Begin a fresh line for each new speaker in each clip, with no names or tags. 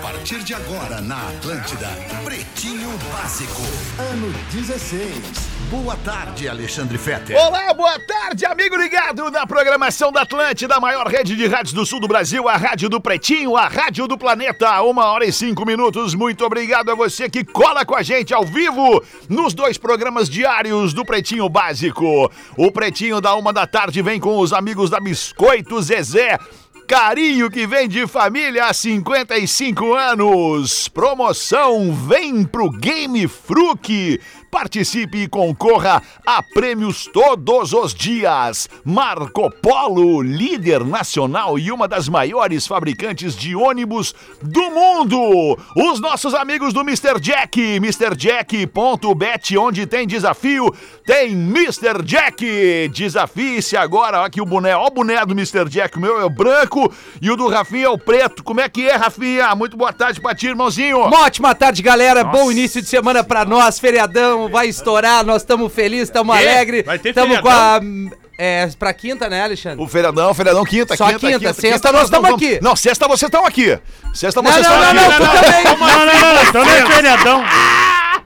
partir de agora na Atlântida. Pretinho Básico, ano 16. Boa tarde, Alexandre Fetter.
Olá, boa tarde, amigo ligado na programação da Atlântida, a maior rede de rádios do sul do Brasil, a Rádio do Pretinho, a Rádio do Planeta. Uma hora e cinco minutos. Muito obrigado a você que cola com a gente ao vivo nos dois programas diários do Pretinho Básico. O Pretinho da Uma da Tarde vem com os amigos da Biscoito Zezé carinho que vem de família há 55 anos. Promoção Vem pro Game Fruque. Participe e concorra a prêmios todos os dias. Marco Polo, líder nacional e uma das maiores fabricantes de ônibus do mundo. Os nossos amigos do Mr. Jack, MrJack.bet, onde tem desafio, tem Mr. Jack. Desafie-se agora, ó aqui o boné, ó o boné do Mr. Jack, o meu é o branco e o do Rafinha é o preto. Como é que é, Rafinha? Muito boa tarde pra ti, irmãozinho.
Uma ótima tarde, galera. Bom início de semana pra nós. Feriadão vai estourar. Nós estamos felizes, estamos
Quê?
alegres.
Vai ter
Estamos com a. É, pra quinta, né, Alexandre?
O feriadão, feriadão, quinta,
Só
quinta,
quinta, sexta nós tamo
vamos-
aqui.
Não, sexta vocês estão aqui. Sexta
Não,
vocês
não,
estão
não,
aqui.
não, tu também.
Não, não, não, então não é feriadão.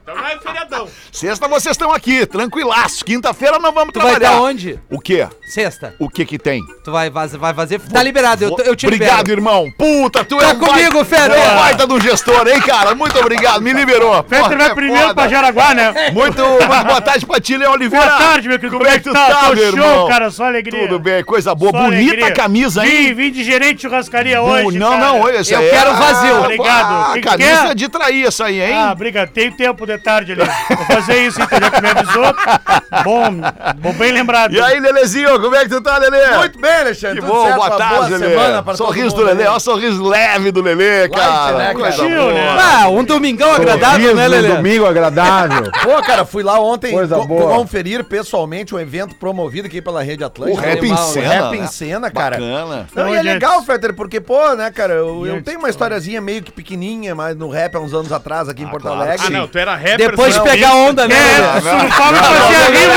Então não é feriadão.
Sexta vocês estão aqui, tranquilaço. Quinta-feira nós vamos
Tu vai
trabalhar.
dar onde?
O quê?
Sexta.
O que que tem?
Tu vai, vaz- vai fazer. Tá liberado, eu, tô- eu te
Obrigado,
libero.
irmão. Puta, tu
Tá
é um
comigo,
baita,
Fera.
É um baita de um gestor, hein, cara? Muito obrigado, me liberou. Porra,
Peter vai
é
primeiro
foda.
pra Jaraguá, né?
Muito muito boa tarde pra ti, Léo Oliveira.
Boa tarde, meu querido. Como é que
tu
tá?
tá,
Tô
meu irmão?
show, cara, só alegria.
Tudo bem, coisa boa.
Só
Bonita
alegria.
camisa,
Vim,
hein?
vim de gerente de churrascaria
Bu-
hoje.
não,
cara.
não, olha isso
Eu
aí.
quero vazio.
Ah,
Obrigado. O que que
camisa
quer?
de trair essa aí, hein?
Ah, briga, tem tempo de tarde ali. Vou fazer isso, entendeu? Que me avisou. Bom, bom bem lembrado.
E aí, Lelezinho, como é que tu tá, Lele?
Muito bem, Alexandre.
Que
tudo
bom,
certo?
boa
Uma
tarde, Lelê.
semana pra todo
sorriso do
mundo
Lelê,
aí.
ó, sorriso leve do Lelê, cara.
né, cara?
Coisa
Tio,
boa.
né?
Ah, um domingão agradável, né, Lelê?
domingo agradável.
Pô, cara, fui lá ontem
Coisa
co-
boa.
conferir pessoalmente um evento promovido aqui pela Rede
O
Atlântica.
rap em
animal,
O
cena.
Rap
né?
em cena, cara.
Bacana.
Não, e é
Onde é
legal,
antes?
Fetter, porque, pô, né, cara, eu, eu
antes?
tenho uma historiazinha meio que pequenininha, mas no rap há uns anos atrás aqui em Porto Alegre.
Ah, não, tu era rapper.
Depois de
não.
pegar onda, né?
É,
Lelê?
surfava e fazia rima.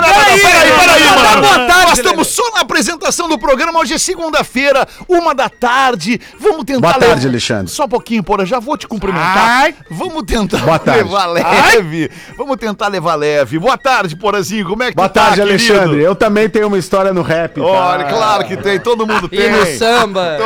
Peraí, peraí, peraí,
não, não,
mano.
boa tarde,
Nós estamos
Lelê.
só na apresentação do programa. Hoje é segunda-feira, uma da tarde. Vamos tentar.
Boa
levar-
tarde, Alexandre.
Só um pouquinho, Porã, já vou te cumprimentar.
Ai.
Vamos tentar
Boa tarde.
levar leve. Vamos tentar levar leve. Boa tarde, Porãzinho. Como é que
Boa
tu tá,
tarde,
querido?
Alexandre. Eu também tenho uma história no rap. tá?
Olha, claro que tem, todo mundo
E
tem.
no samba.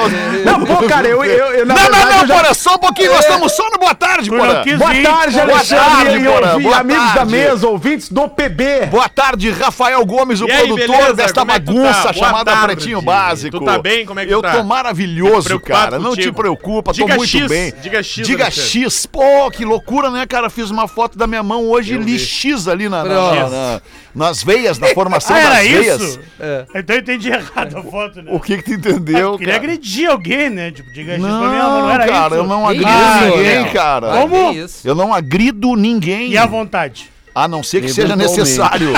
Não, pô, cara, eu. eu, eu, na
não,
verdade,
não, não,
eu já-
Porã, só um pouquinho, nós estamos só no Boa Tarde,
Tu não
Porã.
quis
Boa
vir.
tarde,
Boa
Alexandre.
tarde,
e
Porã.
ouvi-
Boa
amigos da
tarde.
mesa, ouvintes do PB.
Boa tarde, Rafael Gomes, o
E aí,
produtor
beleza?
desta
Como é que tu
bagunça
tá? Boa
chamada
tarde.
Pretinho Básico.
Tu tá bem? Como é que tu
Eu
tá?
tô maravilhoso,
Preocupado
cara. Não te
contigo.
preocupa, tô
Diga
muito
X,
bem.
diga X,
Diga
Alexandre.
X. Pô, que loucura, né, cara? Fiz uma foto da minha mão hoje e li X ali na, na-
Pronto.
na- nas veias, na formação
Ah,
das
era
veias.
isso? Então eu entendi errado a foto, né?
O que que tu entendeu,
Queria
cara?
agredir alguém, né? Tipo, diga X pra mim,
Não,
ela não era
cara,
isso.
eu não
Que
agrido
isso,
ninguém,
Léo?
cara.
Ah,
Como?
que isso?
Eu não agrido ninguém.
E à vontade.
A não ser que seja necessário.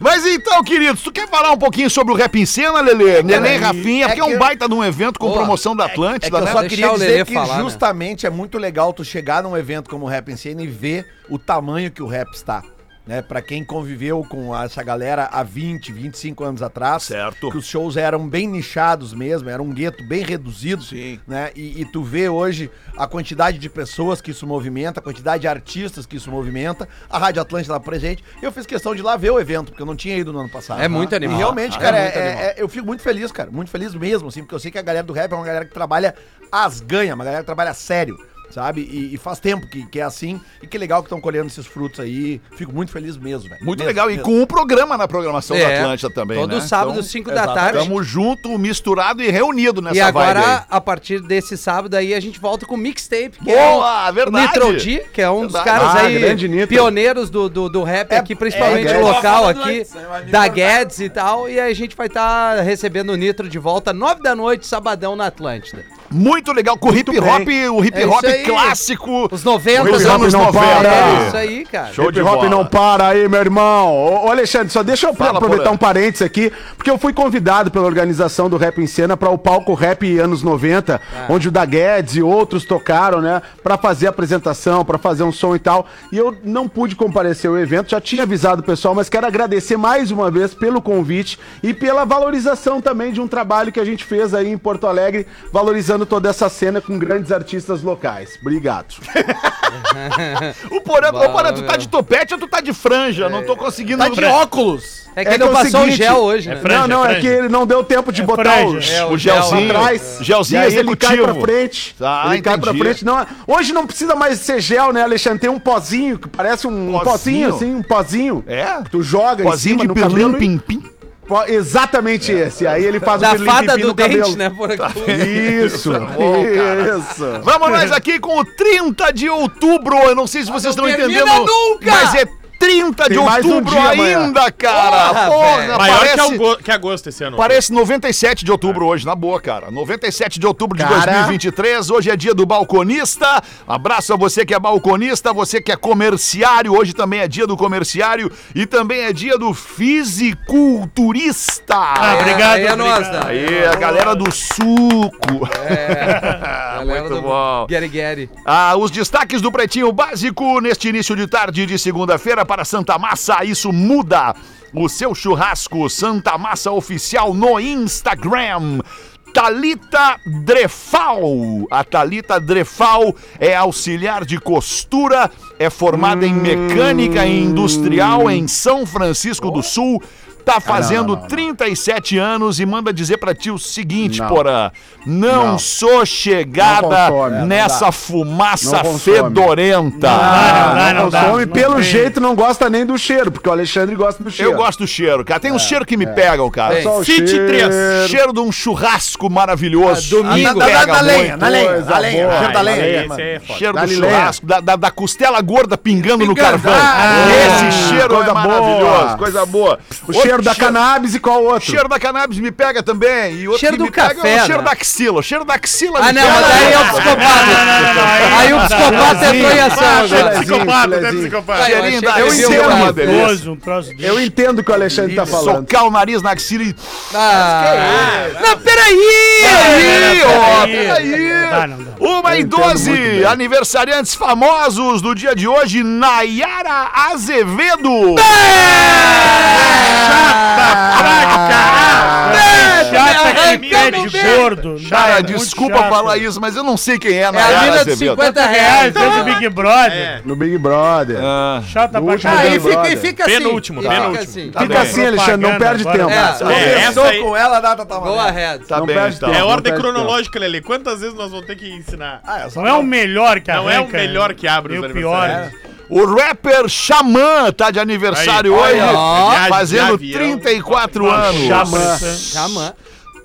Mas então, queridos, tu quer falar um pouquinho sobre o Rap em Cena, Lelê? Neném Rafinha, porque é
que
um
eu-
baita de um evento com
Porra,
promoção da
É que
Atlântida,
eu
né?
só
Deixar
queria
o Lelê
dizer que
falar, né?
justamente é muito legal tu chegar num evento como o Rap em Cena e ver o tamanho que o rap está. Né, pra quem conviveu com essa galera há 20, 25 anos atrás,
Certo.
que os shows eram bem nichados mesmo, era um gueto bem reduzido,
Sim.
né? E, e tu vê hoje a quantidade de pessoas que isso movimenta, a quantidade de artistas que isso movimenta, a Rádio Atlântida lá presente. Eu fiz questão de ir lá ver o evento, porque eu não tinha ido no ano passado.
É muito animal.
E realmente,
Ah,
cara,
é
é-
muito
é-
animal.
é- eu fico muito feliz, cara. Muito feliz mesmo, assim, porque eu sei que a galera do rap é uma galera que trabalha as ganha, uma galera que trabalha sério, sabe? E, e faz tempo que, que é assim. E que legal que estão colhendo esses frutos aí. Fico muito feliz mesmo, velho.
Muito
Mesmo,
legal. E
mesmo.
com o programa na programação da
É,
Atlântida também,
Todo
né?
sábado,
Então,
5 da tarde.
Tamo junto, misturado e reunido nessa
E
vibe
agora,
aí.
a partir desse sábado aí, a gente volta com mixtape. que
Boa,
é um-
verdade.
Nitro D, que é um dos
Verdade.
caras
Ah, grande
aí,
Nitro.
pioneiros do, do, do rap aqui, principalmente
é, Guedes.
local
Tava
aqui, da Guedes e tal. E aí a gente vai estar recebendo o Nitro de volta, 9 da noite, sabadão na Atlântida.
Muito legal com o hip hop, o hip
É
hop
isso aí. aí.
clássico.
Os 90,
Os
hip hop
anos
não
90.
para.
É isso aí, cara.
Show de
Hip hop
bola.
não para aí, meu irmão. Ô, ô, Alexandre, só deixa eu
Fala,
aproveitar
Porã.
um parênteses aqui, porque eu fui convidado pela organização do Rap em Cena para o palco Rap anos 90,
É.
onde o Da Guedes e outros tocaram, né, para fazer a apresentação, para fazer um som e tal. E eu não pude comparecer ao evento, já tinha avisado o pessoal, mas quero agradecer mais uma vez pelo convite e pela valorização também de um trabalho que a gente fez aí em Porto Alegre, valorizando toda essa cena com grandes artistas locais. Obrigado.
O Porã,
Bah,
ô, Porã, tu tá
meu.
de topete ou tu tá de franja? Não tô conseguindo...
Tá de óculos.
É que
É
ele não
que é o
passou o
seguinte,
gel hoje, né?
fra- Franja,
não, não, é
franja.
que ele não deu tempo de
É
botar
franja,
os,
é,
o
os
gelzinho.
pra trás.
Gelzinho
e aí ele cai
executivo.
pra frente.
Ah,
ele cai pra
entendi.
frente. Não, é- hoje não precisa mais ser gel, né, Alexandre? Tem um pozinho que parece um
Pozinho?
pozinho, assim, um pozinho.
É?
Tu joga
Pozinho de
no
pirlim
cabelo e-
pim pim.
po- Exatamente esse. Aí ele faz
Da
pirlim
fada
pim-pim
do
no
dente,
cabelo. Tá.
né? Por aqui.
Isso,
bom, cara.
isso.
Vamos nós aqui com o 30 de outubro. Eu não sei se vocês estão
termina
entendendo.
nunca!
Mas é 30 de
Tem mais um
outubro
dia amanhã.
ainda, cara.
Porra, velho.
Porra,
Maior que,
parece,
Augo- que agosto esse ano.
parece 97 de outubro hoje, na boa, cara. 97 de outubro de
Cara.
2023. Hoje é dia do balconista. Abraço a você que é balconista, você que é comerciário. Hoje também é dia do comerciário e também é dia do fisiculturista.
Ah, obrigado,
Aí é nós,
obrigado.
né?
Aí, a galera do suco.
Galera
Muito
do
bom.
Gary Gary.
Ah, os destaques do Pretinho Básico neste início de tarde de segunda-feira para Santa Massa. Isso muda o seu churrasco. Santa Massa Oficial no Instagram. Talita Drefal. A Talita Drefal é auxiliar de costura, é formada em mecânica e industrial em São Francisco do Sul.
Ah,
Tá fazendo 37 anos e manda dizer pra ti o seguinte,
Não.
Porã. Não,
Não.
sou chegada
Não consome.
nessa
Não dá.
fumaça
Não consome.
fedorenta.
Ah,
Ah,
não dá, não
não
dá,
consome,
não
pelo
tem.
jeito não gosta nem do cheiro, porque o Alexandre gosta do cheiro. É,
Eu gosto do cheiro, cara. Tem uns cheiros que me pegam, cara.
Tem.
Só o
Fit
cheiro.
3. Cheiro de um churrasco maravilhoso.
Ah, domingo.
Me pega
tá, na lenha,
muito.
na lenha,
coisa
na lenha,
boa.
cheiro da lenha.
Esse aí é foda.
Cheiro
Da
do
Lileia.
churrasco, da, da- da costela gorda pingando, no
Pingando.
carvão.
Ah,
Esse cheiro
coisa
é maravilhoso,
boa.
coisa boa.
O cheiro da cannabis e qual outro?
O cheiro da cannabis me pega também. E outro
Cheiro
que
do
me pega
café,
é o
né?
cheiro da axila. O cheiro da axila
Ah,
me
não,
pega. Ah,
mas aí é o
não, não,
psicopata.
não,
Aí o
não,
psicopata
não, não,
entrou em
não,
ação
não,
Cheiro
não,
de
agora.
não,
psicopata,
né,
filezinho.
até
Vai,
psicopata.
eu
Cheirinho
achei
da-
que
eu
deu
entendo,
uma-
uma é delícia.
é Gozo, um troço de...
Eu entendo o que o Alexandre tá falando.
Socar o nariz na axila e...
Ah, não, peraí!
Peraí, ó,
peraí. Não dá, não
peraí.
dá.
Uma e
Eu entendo muito
doze,
bem.
aniversariantes famosos do dia de hoje, Nayara Azevedo.
Chata que
Arrancamos
pede gordo. é
Cara, desculpa falar
isso.
isso, mas eu não sei quem é
É a
Nayara
mina de
Azevedo.
50
Reais,
reais.
fez É, o Big Brother.
É.
No Big Brother.
Ah,
Ah,
Chata
No
pra
último
caralho.
Aí fica, e fica assim.
Penúltimo,
e fica
penúltimo.
assim.
Tá
Fica
bem.
assim, Alexandre, não perde
Agora
tempo.
É,
Você
É, essa
começou
aí-
com ela, dá, Tata
Go
Mané.
ahead.
Tá
Não
bem,
perde
então.
É
tempo. Não
ordem
perde
cronológica, Lelê. Quantas vezes nós vamos ter que ensinar?
Ah, essa
Não
um
é o melhor que
Não é o
arranca,
melhor que abre
e
os
o pior.
aniversários.
O rapper Xamã tá de aniversário
Aí,
hoje,
olha, ó. Viagem de
fazendo
avião.
34 anos.
Xamã.
Xamã.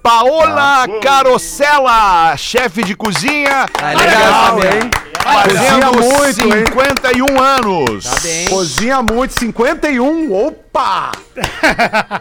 Paola Carosella, chefe de cozinha,
Ah, é legal,
Legal,
hein?
hein?
fazendo
Cozinha muito, hein?
51 anos.
Tá bem.
Cozinha muito, 51. Opa!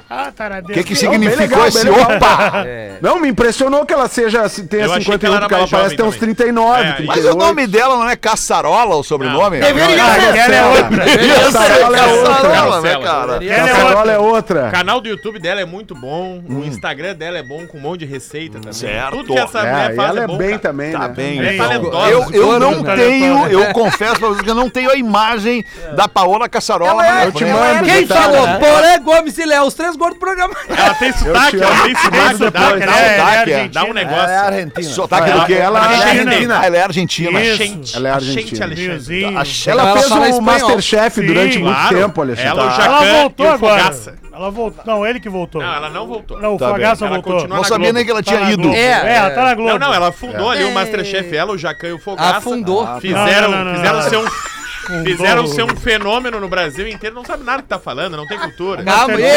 Ah,
O
taradeira.
que, que
Não, bem
significou
legal,
esse
bem legal.
opa?
É.
Não, me impressionou que ela seja, se tenha
Eu achei
51,
que ela era
porque ela
mais
parece ter
jovem
uns 39,
também. É,
Mas o
38.
nome dela não é Caçarola o sobrenome?
Deveria
Ah,
ser.
aquela é outra.
Deveria ser
Caçarola é outra.
Caçarola, né,
Caçarola.
cara?
Ela é
Caçarola
outra.
é
O
outra.
canal do YouTube dela é muito bom, o Instagram dela é bom, com um monte de receita também.
Certo.
Tudo que essa mulher
É, e
faz
ela é
bom,
bem
cara.
também,
Tá
né?
bem,
Ela é
então.
talentosa.
eu, eu não
Talentosa.
tenho, eu confesso pra vocês que eu não tenho a imagem da Paola Caçarola.
Ela é-
na minha
eu te
frente.
mando.
Quem
Detalhe,
falou?
né?
Porã Gomes e Léo, os três gordos do programa.
Ela tem sotaque,
te
ela
amo.
tem
Mas
sotaque,
depois-
Sotaque,
sotaque, ela é, ela é
é.
argentina. Dá um
Ela é
negócio.
argentina.
Sotaque
Ela-
do quê? Ela, é
ela é
argentina.
argentina.
Ah, ela é argentina.
Isso.
Gente,
Ela é argentina.
gente, Alexandre.
Tiozinho.
Ela,
Ela
fez
fala
o
espanhol.
Masterchef durante
Sim,
muito
claro.
tempo, Alexandre.
Ela, o
Tá.
Jacan
Ela voltou
e o
agora.
Fogaça.
Ela voltou. Não, ele que voltou.
Não, ela não voltou.
Não, o
Tá
Fogaça
bem. Ela
voltou.
continua
Não
na
sabia
Globo.
nem que ela
Tá
tinha
na
ido.
Globo. É, ela tá na Globo.
Não, não, ela fundou ali
É.
o Masterchef, ela, o Jacan e o Fogaça.
Afundou.
Ah, Fizeram,
Não, não, não,
fizeram
não, não.
ser um...
Fundou.
Fizeram ser um fenômeno no Brasil inteiro, não sabe nada do que tá falando, não tem cultura.
Calma aí.
Ei,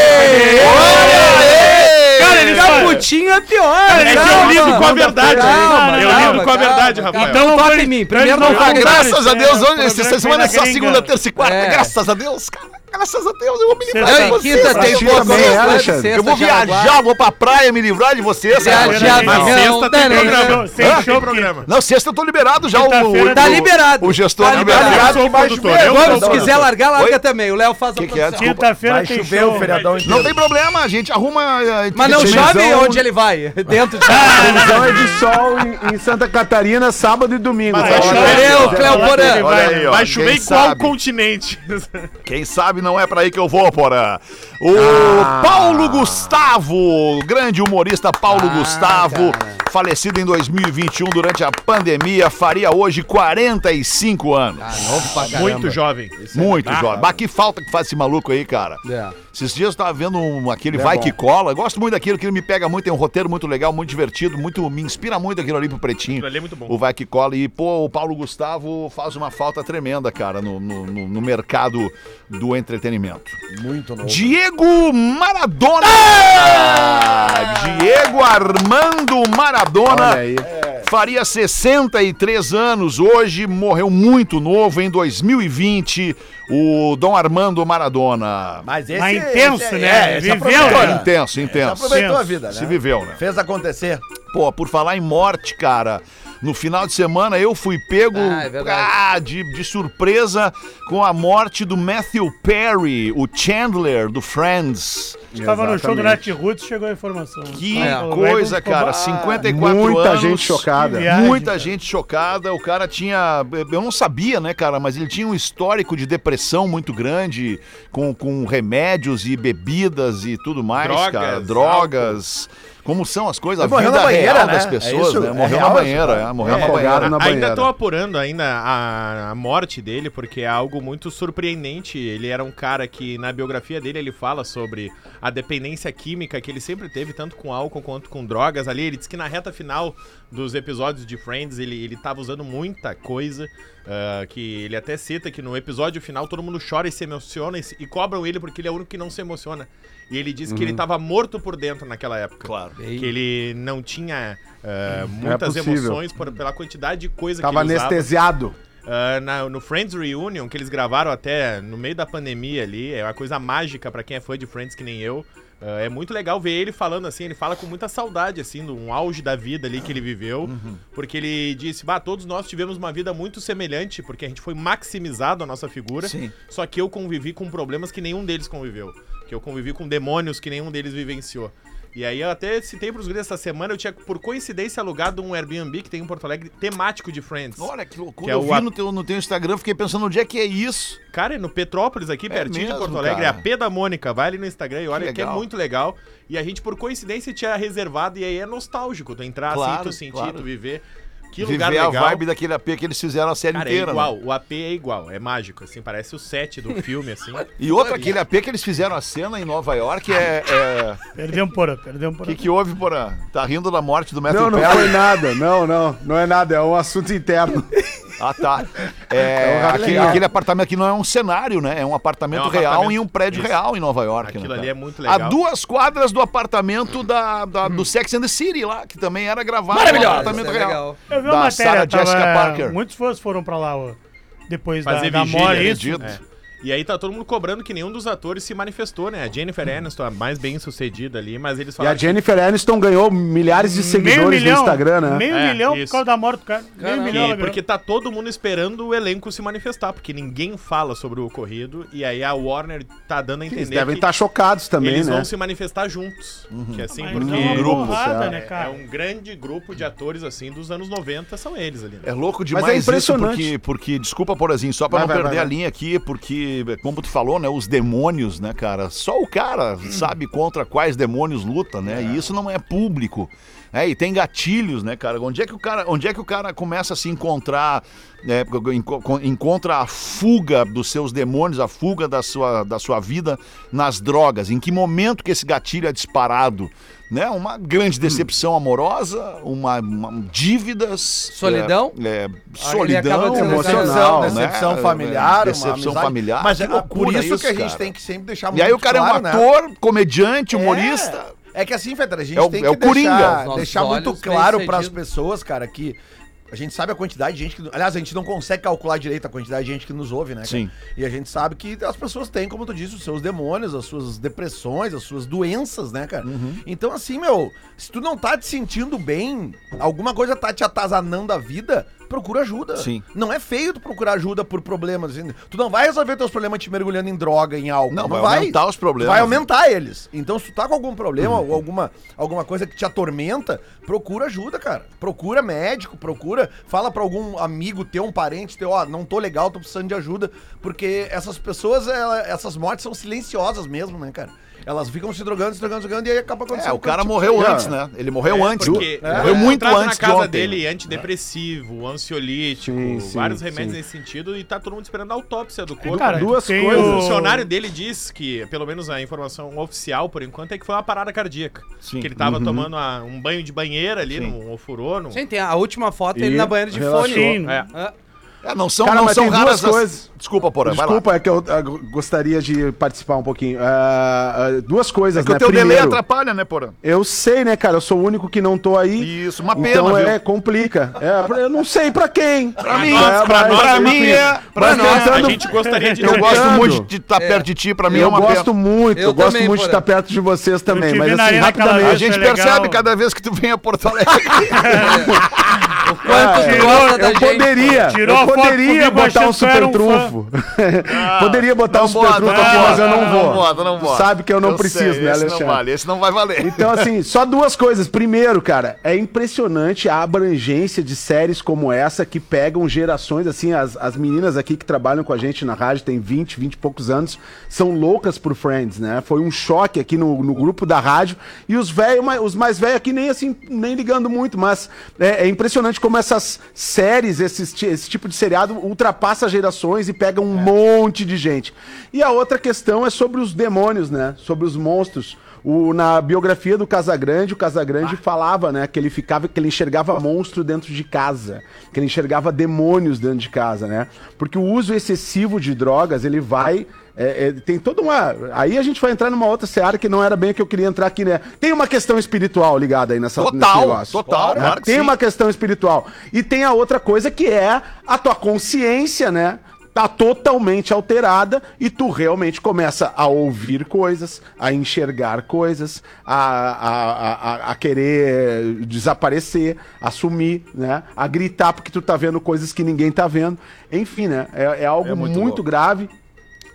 Cara,
ele
tá
fala-
putinho é pior.
É que eu
calma.
lido com a verdade.
Calma,
Eu
calma,
lido com a
calma,
verdade,
calma.
Rafael.
Então toca
foi-
em mim.
então
Primeiro
ele
não
não
Ah,
toca
foi
em mim.
graças a Deus,
Programa
hoje,
que
essa
foi
semana é tá
na
só
gringa.
segunda, terça e quarta,
É.
graças a Deus, cara. graças a Deus, eu vou me livrar
Sexta-
de
Não, em
vocês.
quinta tem
eu
Boca
vou,
do
Botafogo,
Alexandre.
Alexandre.
Eu
Sexta,
eu vou
Jaguar.
viajar, vou pra praia me livrar de vocês.
Viajar,
cara.
de avião,
tá sexta tem
dane-se.
programa.
Hã?
Sem show
Tem
programa.
Não, sexta eu tô liberado já.
Quinta-feira
o,
Tá
O-
liberado.
o gestor
tá
é
liberado.
liberado.
sou o produtor. eu
Vamos, se
sou o
quiser
produtor.
largar, larga também. O Léo faz a
Que que é?
produção.
Desculpa.
Quinta-feira
Vai
tem
chover o
show. né?
feriadão
Não
inteiro.
tem problema, a gente arruma. eh,
Mas não
televisão.
chove onde ele vai. Dentro de
Previsão é de sol em, em Santa Catarina, sábado e domingo. tá?
Mas vai chover,
Valeu,
Olha,
Cléo Porã.
olha,
Olha aí, ó.
Vai chover
Quem
em qual
sabe?
continente?
Quem sabe não é pra aí que eu vou, porã. O Paulo Gustavo, grande humorista Paulo Gustavo, falecido em 2021 durante a pandemia, faria hoje 45 anos.
Muito jovem.
Muito jovem. Mas que falta que faz esse maluco aí, cara.
É.
Esses dias eu tava vendo um- aquele Vai Que Cola. Eu Gosto muito daquilo, aquilo me pega muito. Tem um roteiro muito legal, muito divertido, muito me inspira muito aquilo ali pro Pretinho.
Aquilo ali é muito bom.
O Vai Que Cola. E, pô, o Paulo Gustavo faz uma falta tremenda, cara, no, no- no- no mercado do entretenimento. Muito novo. Diego Maradona! Diego Armando Maradona. É.
Olha aí.
Faria 63 anos hoje, morreu muito novo em 2020, o Dom Armando Maradona.
Mas esse é
Mas intenso,
esse-
né?
esse
Viveu,
aproveitou,
né?
né?
Intenso, intenso.
Aproveitou a vida, né?
Se viveu, né?
Fez acontecer.
Pô, por falar em morte, cara, no final de semana eu fui pego
Ah, é verdade.
ah, de, de surpresa com a morte do Matthew Perry, o Chandler do Friends.
Estava né? no show do
Exatamente.
Nat Roots, chegou a informação.
É.
Que
Ah, o
coisa,
Wellington ficou
cara,
ba-
54
Muita
anos.
gente chocada.
Que viagem,
Muita
cara.
gente chocada. O cara tinha. Eu não sabia, né, cara? Mas ele tinha um histórico de depressão muito grande, com, com remédios e bebidas e tudo mais,
Drogas,
cara. Drogas. Como são as coisas? A
Ele morreu
vida
na banheira,
real
né?
das
É
pessoas,
isso?
né?
É
Morreu
real
na
isso,
banheira.
cara.
é, morreu na
É,
banheira.
afogaram na
Ainda
banheira.
estão apurando ainda a, a morte dele, porque é algo muito surpreendente. Ele era um cara que, na biografia dele, ele fala sobre a dependência química que ele sempre teve, tanto com álcool quanto com drogas ali. Ele diz que na reta final dos episódios de Friends, ele, ele tava usando muita coisa. ah, que ele até cita que no episódio final todo mundo chora e se emociona e, se- e cobram ele porque ele é o único que não se emociona. E ele diz que
Uhum.
ele tava morto por dentro naquela época. Claro. Que ele não tinha ah, muitas
é possível.
emoções opções por- pela quantidade de coisa
Tava
que ele usava.
anestesiado.
Ah, na- no Friends Reunion, que eles gravaram até no meio da pandemia ali, é uma coisa mágica pra quem é fã de Friends que nem eu. Ah, é muito legal ver ele falando assim, ele fala com muita saudade, assim, de um auge da vida ali que ele viveu. Porque ele disse, bah, todos nós tivemos uma vida muito semelhante, porque a gente foi maximizado a nossa figura. Só que eu convivi com problemas que nenhum deles conviveu. Que eu convivi com demônios que nenhum deles vivenciou. E aí eu até citei pros guris essa semana, eu tinha, por coincidência, alugado um Airbnb que tem em Porto Alegre, temático de Friends.
Olha que loucura.
Que é
eu
o
vi
a-
no, teu, no teu Instagram, fiquei pensando onde é que é isso.
Cara, é no Petrópolis aqui, pertinho
mesmo,
de Porto Alegre,
cara.
é a P da Mônica. Vai ali no Instagram e olha
Que
que, é
legal.
muito legal. E a gente, por coincidência, tinha reservado e aí é nostálgico. Tu entrar
Claro,
assim, tu sentir,
claro.
tu viver. Que lugar
Viver a
legal.
vibe daquele AP que eles fizeram a série
Cara,
inteira.
é
né?
igual. O AP é igual. É mágico, assim. Parece o set do filme, assim.
E outro, aquele AP que eles fizeram a cena em Nova York é. é...
Perdeu um porão, perdeu um
O
porão.
que, que houve, Porã? Tá rindo da morte do Matthew
Não, não
Perry?
foi nada. Não, não. Não é nada. É um assunto interno.
Ah, tá. É, aquele,
um legal.
aquele apartamento aqui não é um cenário, né? É um apartamento
É um
real
apartamento.
em um prédio
Isso.
real em Nova York.
Aquilo
né, cara?
ali é muito legal.
A duas quadras do apartamento da, da-
Hum.
do Sex and the City lá, que também era gravado.
Maravilhoso.
no apartamento
Isso é
real.
legal.
Eu vi
da
uma matéria,
Sarah
tava,
Jessica Parker.
muitos fãs foram pra lá ó, depois da,
Fazer
da
vigília,
morte.
né?
isso.
Acredito.
É. E aí tá todo mundo cobrando que nenhum dos atores se manifestou, né? A Jennifer
Hum.
Aniston, a mais bem sucedida ali, mas
E
eles
a
falaram. que-
Jennifer Aniston ganhou milhares de
É. Meio
seguidores
milhão,
no Instagram, né?
meio
É,
milhão
isso.
por causa da morte do cara.
Caramba.
Meio
Que-
milhão. ela ganhou.
porque tá todo mundo esperando o elenco se manifestar, porque ninguém fala sobre o ocorrido, e aí a Warner tá dando a entender
Eles devem
que
estar chocados também,
eles
né?
vão se manifestar juntos.
Uhum.
Que assim,
Mas
porque
não é uma
grupo,
porrada,
sabe?
né,
é
cara?
um grande grupo de atores assim dos anos 90, são eles ali.
É
Né?
louco
é
demais
impressionante.
isso, porque, porque desculpa, Porazinho, só pra
Vai,
não
vai,
perder
vai,
a linha aqui, porque, como tu falou, né, os demônios, né, cara, só o cara sabe contra quais demônios luta, né, e isso não é público, né, e tem gatilhos, né, cara, onde é que o cara, onde é que o cara começa a se encontrar, né, enco- con- encontra a fuga dos seus demônios, a fuga da sua, da sua vida nas drogas, em que momento que esse gatilho é disparado, né, uma grande decepção amorosa, uma, uma- dívidas...
Solidão?
é,
Ele acaba
solidão
de ser
Decepção,
Emocional, né?
decepção familiar, uma
É, decepção
amizade.
familiar.
Mas
Que
é por
loucura
isso que a gente
cara.
tem que sempre deixar
E aí o cara é um
claro, né?
ator, comediante, humorista.
É, É que assim, Fetter, a gente
é o-
tem
é o
que deixar,
Coringa.
Os nossos
deixar muito
olhos
claro
bem
para as
cedidos.
pessoas, cara, que A gente sabe a quantidade de gente que. Aliás, a gente não consegue calcular direito a quantidade de gente que nos ouve, né? cara?
Sim.
E a gente sabe que as pessoas têm, como tu disse, os seus demônios, as suas depressões, as suas doenças, né, cara?
Uhum.
Então, assim, meu, se tu não tá te sentindo bem, alguma coisa tá te atazanando a vida, procura ajuda.
Sim.
Não é feio tu procurar ajuda por problemas. assim. Tu não vai resolver teus problemas te mergulhando em droga, em álcool.
Não, vai aumentar os problemas.
Vai aumentar eles. Então, se tu tá com algum problema,
Uhum.
ou alguma, alguma coisa que te atormenta, procura ajuda, cara. Procura médico, procura, fala pra algum amigo teu, um parente teu, ó, não tô legal, tô precisando de ajuda. Porque essas pessoas, ela- essas mortes são silenciosas mesmo, né, cara? Elas ficam se drogando, se drogando, se drogando, e aí acaba acontecendo.
É, o
coisa,
cara
tipo,
morreu
cara,
antes, né? Ele morreu antes.
Porque
do- Morreu muito
traz
antes
na casa
de ontem. É.
dele antidepressivo, ansiolítico,
Sim, sim,
vários remédios
sim.
nesse sentido e tá todo mundo esperando a autópsia do corpo. né?
Cara,
Duas
tem
coisas.
O
o-
um É funcionário dele diz que, pelo menos a informação oficial por enquanto, é que foi uma parada cardíaca.
Sim. Uhum.
Que ele tava tomando a- um banho de banheira ali, num ofurô.
Gente, tem a última foto ele
E
na banheira de
relaxou.
fone.
Sim.
É.
Ah,
É, não são,
Cara,
não
mas
são
tem
raras
duas
as-
coisas.
Desculpa, Porã, vai lá.
Desculpa, é que eu ah, g- gostaria de participar um pouquinho. Ah, ah, duas coisas,
É que o
né?
teu delay
Primeiro,
atrapalha, né, Porã?
Eu sei, né, cara? Eu sou o único que não tô aí.
Isso, uma pena,
Então
viu?
é, complica. É, pra- eu não sei pra quem. Pra
mim, pra nós, pra
mim é. Pra nós,
A gente gostaria de
Eu
Eu
gosto
entendo.
muito de estar perto de ti, pra mim é
eu
uma
gosto
pena.
muito, eu,
Eu
gosto
também,
muito de
porra.
estar perto de vocês também,
te
mas
vi na
assim,
arena aquela
rapidamente.
A
Isso
gente
é legal.
percebe cada vez que tu vem a Porto Alegre.
O quanto tu gosta da gente.
Eu poderia,
Tirou
eu
a foto
poderia
comigo
botar
achando
um
que eu era
super
um
trunfo. poderia botar um super trunfo aqui, mas eu não vou. Tu Sabe que eu não preciso, né,
Esse não
Alexandre?
vale, esse não vai valer.
Então, assim, só duas coisas. Primeiro, cara, é impressionante a abrangência de séries como essa que pegam gerações, assim, as, as meninas aqui que trabalham com a gente na rádio, tem 20, 20 e poucos anos, são loucas por Friends, né? Foi um choque aqui no, no grupo da rádio. E os velhos, ma- os mais velhos aqui nem assim, nem ligando muito, mas é, é impressionante como essas séries, esses ti- esse tipo de seriado, ultrapassa gerações e pega um monte de gente. E a outra questão é sobre os demônios, né? Sobre os monstros. O- na biografia do Casagrande, o Casagrande falava, né, que ele ficava, que ele enxergava monstro dentro de casa, que ele enxergava demônios dentro de casa, né? Porque o uso excessivo de drogas, ele vai é, é, tem toda uma. Aí a gente vai entrar numa outra seara que não era bem o que eu queria entrar aqui, né? Tem uma questão espiritual ligada aí nessa
Total, total,
Né?
claro que
Tem
sim.
uma questão espiritual. E tem a outra coisa que é a tua consciência, né? Tá totalmente alterada e tu realmente começa a ouvir coisas, a enxergar coisas, a, a, a- a- a querer desaparecer, a sumir, né? A gritar porque tu tá vendo coisas que ninguém tá vendo. Enfim, né? É, é algo muito, grave.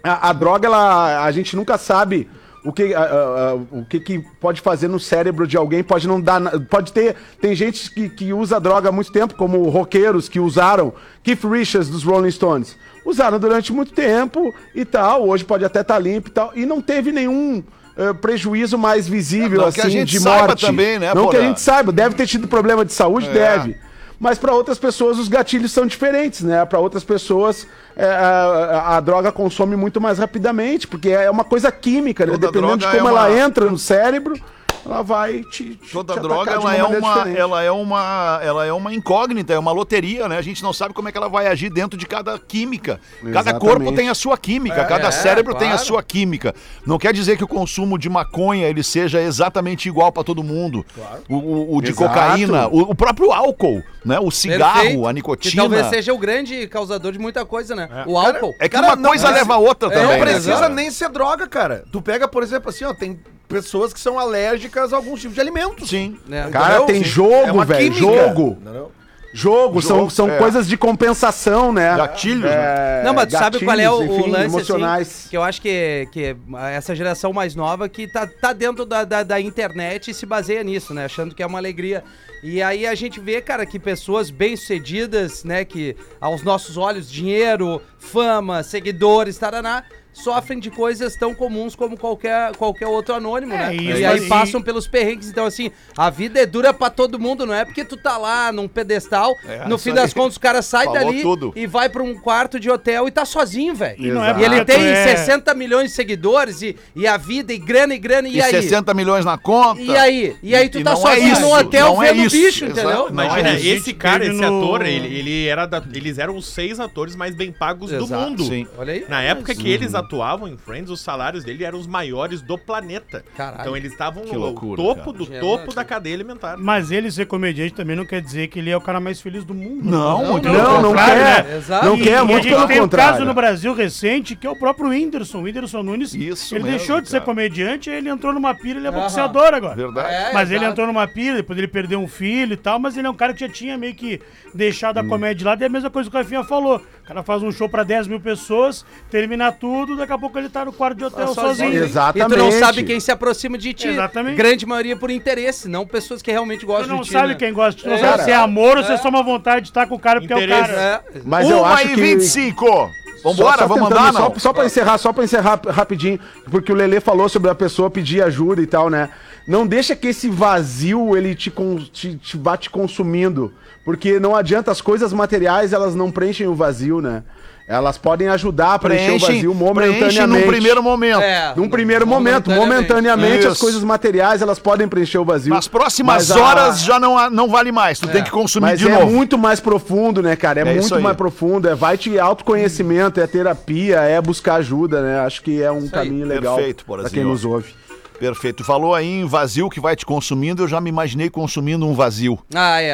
A, a droga, ela, a gente nunca sabe o que, a- a- a- o que, que pode fazer no cérebro de alguém. Pode não dar. na- Pode ter. Tem gente que, que usa droga há muito tempo, como roqueiros que usaram Keith Richards dos Rolling Stones. Usaram durante muito tempo e tal. Hoje pode até estar limpo e tal. E não teve nenhum. eh, prejuízo mais visível,
Não que
assim,
a gente
de
saiba
morte.
também, né,
não que a
Porã?
gente saiba, deve ter tido problema de saúde,
É.
deve. Mas para outras pessoas os gatilhos são diferentes, né? Para outras pessoas é, a, a- a droga consome muito mais rapidamente, porque é uma coisa química, né?
Toda
Dependendo de
droga é
como ela
uma-
entra no cérebro, ela vai te, te
Toda
te
droga
atacar de
ela é,
maneira
uma,
diferente.
ela, é uma, ela é uma incógnita, é uma loteria, né? A gente não sabe como é que ela vai agir dentro de cada química. Cada
Exatamente.
corpo tem a sua química, cada
é,
cérebro tem a
claro.
sua química. Não quer dizer que o consumo de maconha ele seja exatamente igual para todo mundo. O, o- o de
Exato.
cocaína, o, o próprio álcool, né? O cigarro,
Perfeito.
a
Que
nicotina.
talvez seja o grande causador de muita coisa, né? O álcool.
É que
Cara,
uma
não
coisa
precisa-
leva a outra
é,
também.
Não
né,
precisa
cara?
nem ser droga, cara. Tu pega, por exemplo, assim, ó, tem pessoas que são alérgicas a alguns tipos de alimentos.
Sim.
né?
Cara,
Entendeu?
tem
Sim. É
jogo,
uma
velho.
química.
Jogo.
Entendeu?
Jogo, são,
Jogo,
são
é.
coisas de compensação, né?
Gatilhos, né?
É,
Não, mas tu sabe qual é o,
gatilhos,
o
enfim,
lance,
emocionais.
assim, que eu acho que, que essa geração mais nova que tá, tá dentro da, da, da internet e se baseia nisso, né? Achando que é uma alegria. E aí a gente vê, cara, que pessoas bem-sucedidas, né? Que aos nossos olhos, dinheiro, fama, seguidores, taraná, sofrem de coisas tão comuns como qualquer, qualquer outro anônimo, né?
isso,
E
mas-
aí passam pelos perrengues. Então, assim, a vida é dura pra todo mundo, não é porque tu tá lá num pedestal, no fim das contas o cara sai
Falou
dali
tudo.
e vai pra um quarto de hotel e tá sozinho, velho.
E não é
E ele
barato,
tem
é-
60 milhões de seguidores e, e a vida, e grana, e grana, e,
E
aí?
60 milhões na conta.
E aí? E aí tu
E
tá
não é
sozinho
isso,
num hotel
não é
vendo
isso,
bicho,
exato,
entendeu?
não
Imagina,
é
isso. A
esse
gente
cara,
vive
esse
no-
ator, ele, ele era da- eles eram os seis atores mais bem pagos do
Exato.
mundo.
Sim.
Olha aí.
Na época que eles atuavam em Friends, os salários dele eram os maiores do planeta.
Caralho.
Então eles estavam
Que
no
loucura,
topo
cara.
do
Genial,
topo da
cara.
cadeia alimentar.
Mas ele ser comediante também não quer dizer que ele é o cara mais feliz do mundo.
Não, muito
não,
pelo
não
contrário,
quer.
né?
Exato.
Não
E-
quer,
e a
muito
gente
pelo
tem um
contrário.
caso no Brasil recente que é o próprio Whindersson. O Whindersson Nunes,
Isso
ele
mesmo,
deixou de ser
cara.
comediante, ele entrou numa pira, ele é
Aham.
boxeador agora.
Verdade.
É.
Mas ele
exato.
entrou numa pira, depois ele perdeu um filho e tal, mas ele é um cara que já tinha meio que deixado a comédia de lado. E é a mesma coisa que o Rafinha falou. O cara faz um show pra 10 mil pessoas, termina tudo, daqui a pouco ele tá no quarto de hotel sozinho.
sozinho. Exatamente.
E tu não sabe quem se aproxima de ti.
Exatamente.
Grande maioria por interesse, não pessoas que realmente
Tu
gostam
não
de ti.
sabe
né?
quem gosta, tu não
É.
sabe se é
Cara,
amor ou se
é.
é só uma vontade de estar com o cara porque é o
Interesse.
cara.
É,
Mas eu acho que...
25. Vambora,
Só- só
vamos
tentando-
andar, não?
Só, só pra encerrar, só pra encerrar rapidinho, porque o Lelê falou sobre a pessoa pedir ajuda e tal, né? Não deixa que esse vazio, ele te, con- te, te vá te consumindo, porque não adianta, as coisas materiais, elas não preenchem o vazio, né? Elas podem ajudar a preencher
Preenche,
o vazio momentaneamente.
preenche num primeiro momento.
É.
Num primeiro momento, momentaneamente, as
Isso.
coisas materiais, elas podem preencher o vazio.
Nas próximas
Mas a-
horas já não, há- não vale mais. Tu tem que consumir
mas
de
é
novo.
muito mais profundo, né, cara? É,
isso
muito
aí.
mais profundo. É vai te autoconhecimento, é terapia, é buscar ajuda, né? Acho que é um
aí.
caminho legal
Perfeito,
pra
Borazinho.
quem nos ouve.
Perfeito. Falou aí em vazio que vai te consumindo. Eu já me imaginei consumindo um vazio.
Ah, é.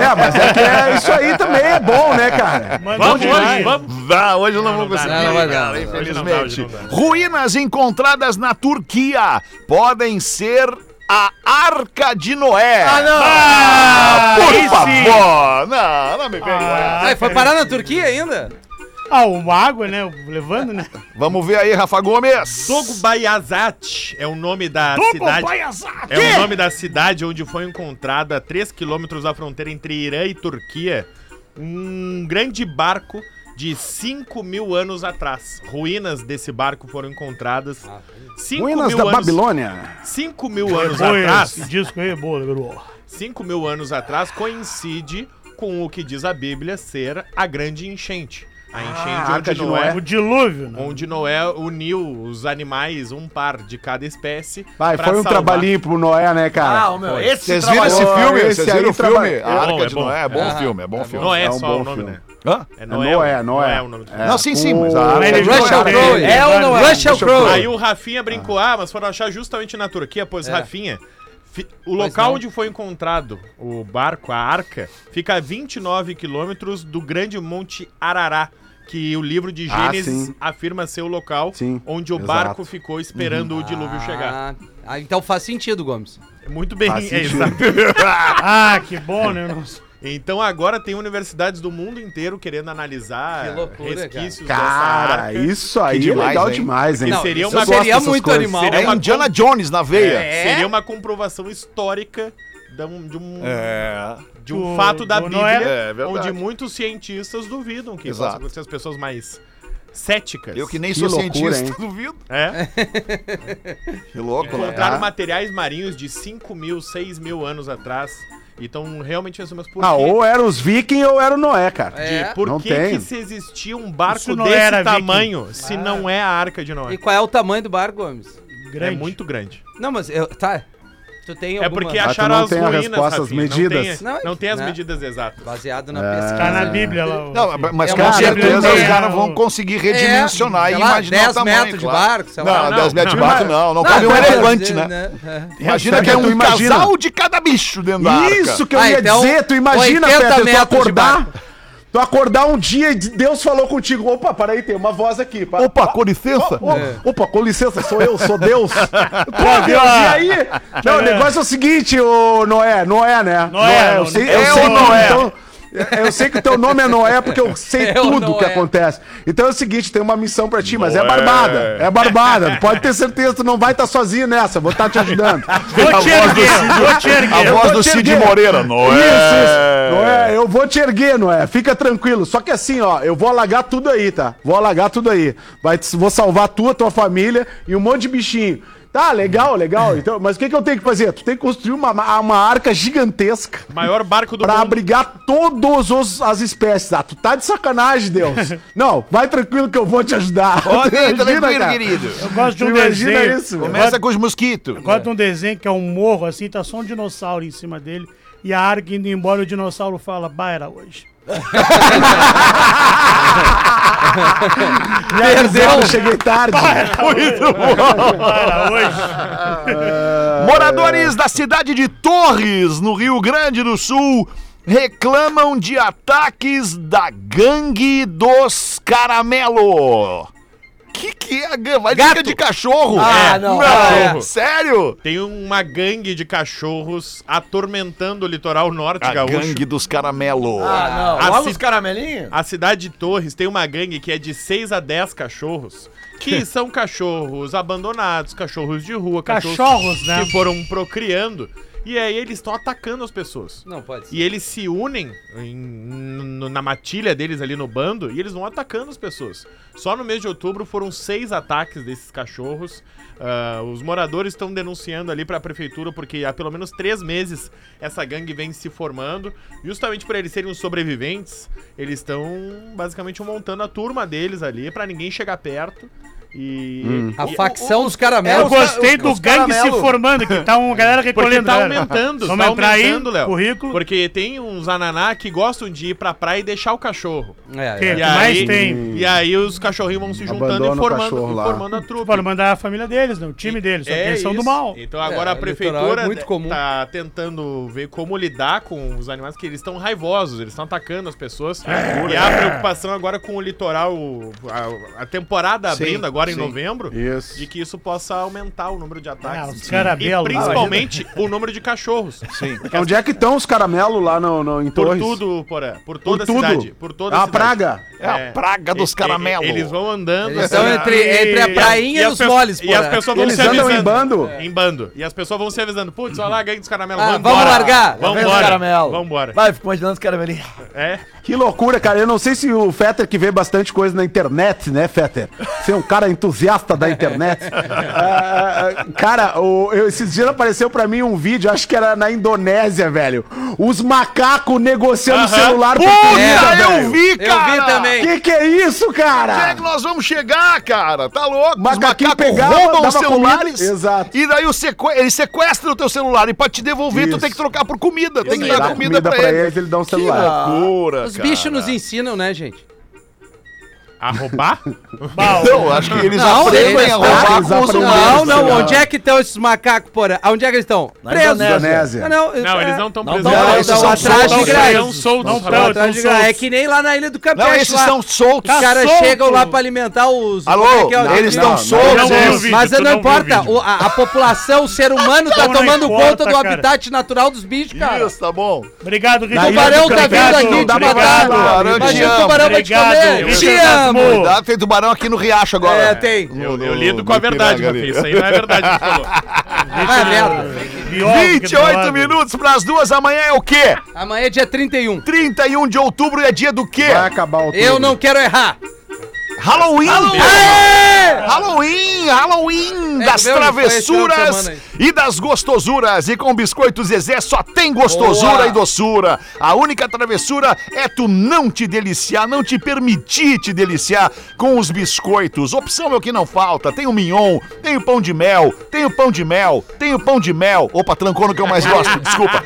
É, mas é que é, isso aí também é bom, né, cara?
Manda
Vamos
um
hoje,
demais.
vamos.
Vá, hoje eu não, vou
não dá,
conseguir.
não vai dar,
cara,
não dá.
Hoje não dá,
Infelizmente.
hoje não dá.
Ruínas encontradas na Turquia podem ser a Arca de Noé. Ah, não! por
aí sim.
favor! Não, não me pegue.
Ah.
Ah, foi parar na Turquia ainda?
Ah, o mago, né? o- Levando, né?
Vamos ver aí, Rafa Gomes.
Togobayazat é o nome da cidade. É o nome da cidade onde foi encontrada a 3 quilômetros da fronteira entre Irã e Turquia um grande barco de 5 mil anos atrás. Ruínas desse barco foram encontradas. 5
Ruínas
mil
da
anos,
Babilônia.
5 mil anos
Foi
atrás.
esse disco aí, boa, garoto.
5 mil anos atrás coincide com o que diz a Bíblia ser a grande enchente. A enchente
Arca
onde
Ah, de
Noé,
O dilúvio, né?
onde Noé uniu os animais, um par de cada espécie.
Vai,
pra
foi um
salvar.
trabalhinho pro Noé, né,
Ah,
cara?
ô, meu, esse
Vocês viram esse
trabalhou,
filme?
esse
Vocês viram
aí
o filme?
trabalhou.
A Arca
É bom,
de
é bom.
Noé. É bom
Ah,
filme, é bom filme.
Noé
É um
só
bom
o nome,
filme.
né?
Hã?
É
Noé, Noé.
Noé o nome do
É,
filme.
Não, sim, sim, mas a-
o-
Ele
Rush
gosta
Hour
dele.
Crowe.
É ou não é?
Russell Crowe.
Aí o Rafinha brincou, ah, mas foram achar justamente na Turquia, pois
É.
Rafinha. fi- O local
não.
onde foi encontrado o barco, a arca, fica a 29 quilômetros do grande Monte Arará, que o livro de
Ah,
Gênesis
sim.
afirma ser o local
Sim,
onde o
exato.
barco ficou esperando o dilúvio chegar.
Uhum. Ah, Ah, então faz sentido, Gomes.
Muito bem,
Faz
é
sentido.
exato.
Ah, que bom, né? Nossa.
Então agora tem universidades do mundo inteiro querendo analisar
Que loucura, cara.
resquícios dessa
Cara,
arca.
isso aí
demais,
é legal
hein?
demais, hein?
Não, seria uma-
Eu gosto
seria
dessas
muito
coisas.
animal.
Seria
É
uma
Indiana Jones na veia.
É.
Seria uma comprovação histórica de um, de um,
É.
de um
Do-
fato da
do
Bíblia,
Noé.
É, verdade.
onde muitos cientistas duvidam que
Exato.
possa acontecer as pessoas mais céticas.
Eu que nem
Que
sou
loucura,
cientista,
hein?
duvido.
É,
Que louco, né?
Ah.
encontraram materiais marinhos de 5 mil, 6 mil anos atrás. Então, realmente, assim, mas por
Ah,
que-
ou era os vikings ou era o Noé, cara.
É.
Por
Não
que,
tem.
que se existia um barco
Isso não
desse
era
tamanho se não é a Arca de Noé?
Ah. E qual é o tamanho do bar, Gomes?
É
Grande.
muito grande.
Não, mas eu. Tá. Tu tem
É
alguma.
porque
tu
acharam
não
as
tem as
ruínas,
respostas,
Rafinha,
medidas.
Não tem, não tem as
Né?
medidas exatas.
Baseado na
Tá
pesquisa.
na Bíblia lá. o-
Não, mas
É
com
uma
certeza
Bíblia.
os
É,
caras
o-
vão conseguir
É,
redimensionar
sei
e
lá,
imaginar
10
o tamanho,
metros
claro.
de barco, sei lá.
Não, 10 metros de
não,
barco não, não cabe um
tá,
elefante,
quer dizer,
né?
É.
Imagina
Sabe
que é
que tu
um
imagina?
casal de cada bicho dentro da arca.
Isso que eu
Ah,
ia
então,
dizer, tu
80
imagina, Peter, tu
metros de
acordar.
barco.
Tu acordar um dia e Deus falou contigo. Opa, peraí, tem uma voz aqui. pa-
Opa, com licença.
Opa, opa, com licença, sou eu, sou Deus. Pô, Deus, e aí? Não, o negócio é o seguinte, ô Noé, Noé, né?
Noé,
eu
não-
sei,
é
eu
o
sei que
Noé.
então- eu sei que o teu nome é Noé porque eu sei
É o
tudo que
Noé.
acontece. Então é o seguinte, tem uma missão pra ti, mas é barbada. É barbada. Pode ter certeza, tu não vai estar sozinho nessa. Vou estar te ajudando.
Vou te erguer, vou te
A
erguer.
voz
vou
do
te
Cid
erguer.
Moreira, não é?
Isso, isso. Noé, eu vou te erguer, Noé. Fica tranquilo. Só que assim, ó, eu vou alagar tudo aí, tá? Vou alagar tudo aí. Vai, vou salvar tu, a tua família e um monte de bichinho. Tá, legal, legal. Então, mas o que, que eu tenho que fazer? Tu tem que construir uma, uma arca gigantesca
Maior barco do
pra
mundo.
abrigar todas as espécies. Ah, tu tá de sacanagem, Deus. Não, vai tranquilo que eu vou te ajudar. Imagina, cara.
Eu gosto de um
Imagina
desenho.
isso.
eu
meu.
Começa com os mosquitos.
Gosto de um desenho que é um morro, assim, tá só um dinossauro em cima dele. E a arca indo embora, o dinossauro fala, bah, era hoje.
Perdeu, cheguei tarde.
Muito bom.
Para hoje.
Moradores da cidade de Torres, no Rio Grande do Sul, reclamam de ataques da gangue dos caramelo. Que que é a gangue? Vai dica de cachorro.
Ah, não. Ah, é.
Sério?
Tem uma gangue de cachorros atormentando o litoral norte
A
gaúcho.
gangue dos caramelo.
Ah,
A
não. Logo
ci-
os caramelinhos?
A cidade de Torres tem uma gangue que é de 6 a 10 cachorros, que são cachorros abandonados, cachorros de rua,
Cachorros, né?
que foram procriando. E aí eles estão atacando as pessoas.
Não pode ser.
E eles se unem em- no- na matilha deles ali no bando e eles vão atacando as pessoas. Só no mês de outubro foram seis ataques desses cachorros. Ah, os moradores estão denunciando ali pra prefeitura porque há pelo menos três meses essa gangue vem se formando. Justamente por eles serem os sobreviventes, eles estão basicamente montando a turma deles ali pra ninguém chegar perto. E,
A
e-
facção dos
Eu
caramelos.
gostei do
os
gangue se
caramelo.
formando, que tá uma galera
Porque
recolhendo.
tá
galera.
aumentando,
Vamos
tá
entrar aí,
aumentando, Léo.
currículo.
Porque tem uns ananá que gostam de ir pra praia e deixar o cachorro.
É,
Que
é.
E
mais
aí-
tem.
E aí os cachorrinhos vão se juntando
Abandona
e
o
formando,
cachorro
e
lá.
formando a trupe.
Para mandar a família deles, né? O time deles. Só que eles são do
isso.
mal.
Então agora
É, o litoral
a prefeitura
é muito comum.
tá tentando ver como lidar com os animais, que eles estão raivosos, eles estão atacando as pessoas.
É,
E há preocupação agora com o litoral, a, a temporada
Sim,
abrindo agora
sim.
em novembro,
Isso.
de que isso possa aumentar o número de
Ah,
ataques.
os carabelos.
e principalmente o número de cachorros.
Sim. Onde é que estão os caramelos lá no, no, em
Por
Torres?
tudo, Porã. Por toda
Por tudo?
a cidade. Por toda
É
a
uma
cidade.
praga?
É a praga dos
E- e-
caramelo.
Eles vão andando. assim,
Eles estão entre, entre a prainha e,
as
os
pe-
moles,
E as
porra.
pessoas vão
Eles
se
andam
avisando. É,
em bando?
Em bando. E as pessoas vão se avisando. Putz, olha lá, gangue dos caramelos.
Ah,
vambora.
vamos largar.
Vamos
Vem os
embora.
caramelo.
Vamos embora.
Vai, fico imaginando os caramelinhos.
É.
Que loucura, cara. Eu não sei se o Fetter, que vê bastante coisa na internet, né, Fetter? Você é um cara entusiasta da internet. Ah, ah, ah, cara, o- eu- esses dias apareceu pra mim um vídeo, acho que era na Indonésia, velho. Os macacos negociando celular pra
Puta,
turista,
eu
velho.
vi,
É, Eu
cara.
vi também.
Que que é isso,
Onde é
cara?
que nós vamos chegar, cara? Tá louco? Os
Macaquinho
macacos
pegava,
roubam os
dava
celulares.
comida. Exato.
E daí o sequ... eles sequestram o teu celular. E pra te devolver, tu
Isso.
tem que trocar por comida. Tem que
Dá
dar comida, pra, eles.
ele dá um
Que
celular.
loucura,
Os
cara.
bichos nos ensinam, né, gente?
A roubar?
Mal.
Não, acho que eles
Não,
aprendem
eles
a roubar
aprendem.
com os
Eles
humanos.
Não,
Não,
não.
não.
Onde é que estão esses macacos, porra? Onde é que eles estão? Presos. Ah,
Indonésia.
não, é-
não, eles não estão presos.
tão
Não,
esses
estão
são
atrás de
soltos.
Não
grades.
soltos.
Então, Não
Estão
tão,
atrás de
tão
grades. É
soltos.
que nem lá na Ilha do Campeão.
Não, esses
lá.
são soltos.
Os caras
solto.
chegam lá pra alimentar os.
Alô,
como é que é o
não,
nome?
eles estão
não,
soltos.
não, não.
eles-
vídeo,
Mas
tu
não
não
importa,
viu o vídeo.
o- a, a população, o ser humano tá
Não, não
tomando
importa,
conta do
cara.
habitat natural dos bichos, cara.
Isso, tá bom.
Obrigado, Rio.
Daí
Tubarão tá
Obrigado,
vindo aqui te
obrigado,
matar.
tubarão, eu te
Imagina o
amo.
tubarão vai te
Obrigado,
comer.
eu
Te
te
amo.
amo.
Cuidado, tá tem tubarão aqui no riacho agora.
É, tem.
Eu, eu lido com a verdade,
Ipiranga
Rafi.
ali.
Isso aí não é verdade que tu falou.
Vai, Ah, merda.
né?
28 minutos pras duas, amanhã é o quê?
Amanhã é dia 31.
31 de outubro é dia do quê?
Vai acabar o
Eu não quero errar.
Halloween!
Aê!
Halloween, Halloween
É,
das
meu, foi esse final de
travessuras
semana aí.
e das gostosuras. E com Biscoito Zezé só tem gostosura
Boa.
e doçura. A única travessura é tu não te deliciar, não te permitir te deliciar com os biscoitos. Opção é o que não falta. Tem o mignon, tem o pão de mel, tem o pão de mel, tem o pão de mel. Opa, trancou no que eu mais gosto, desculpa.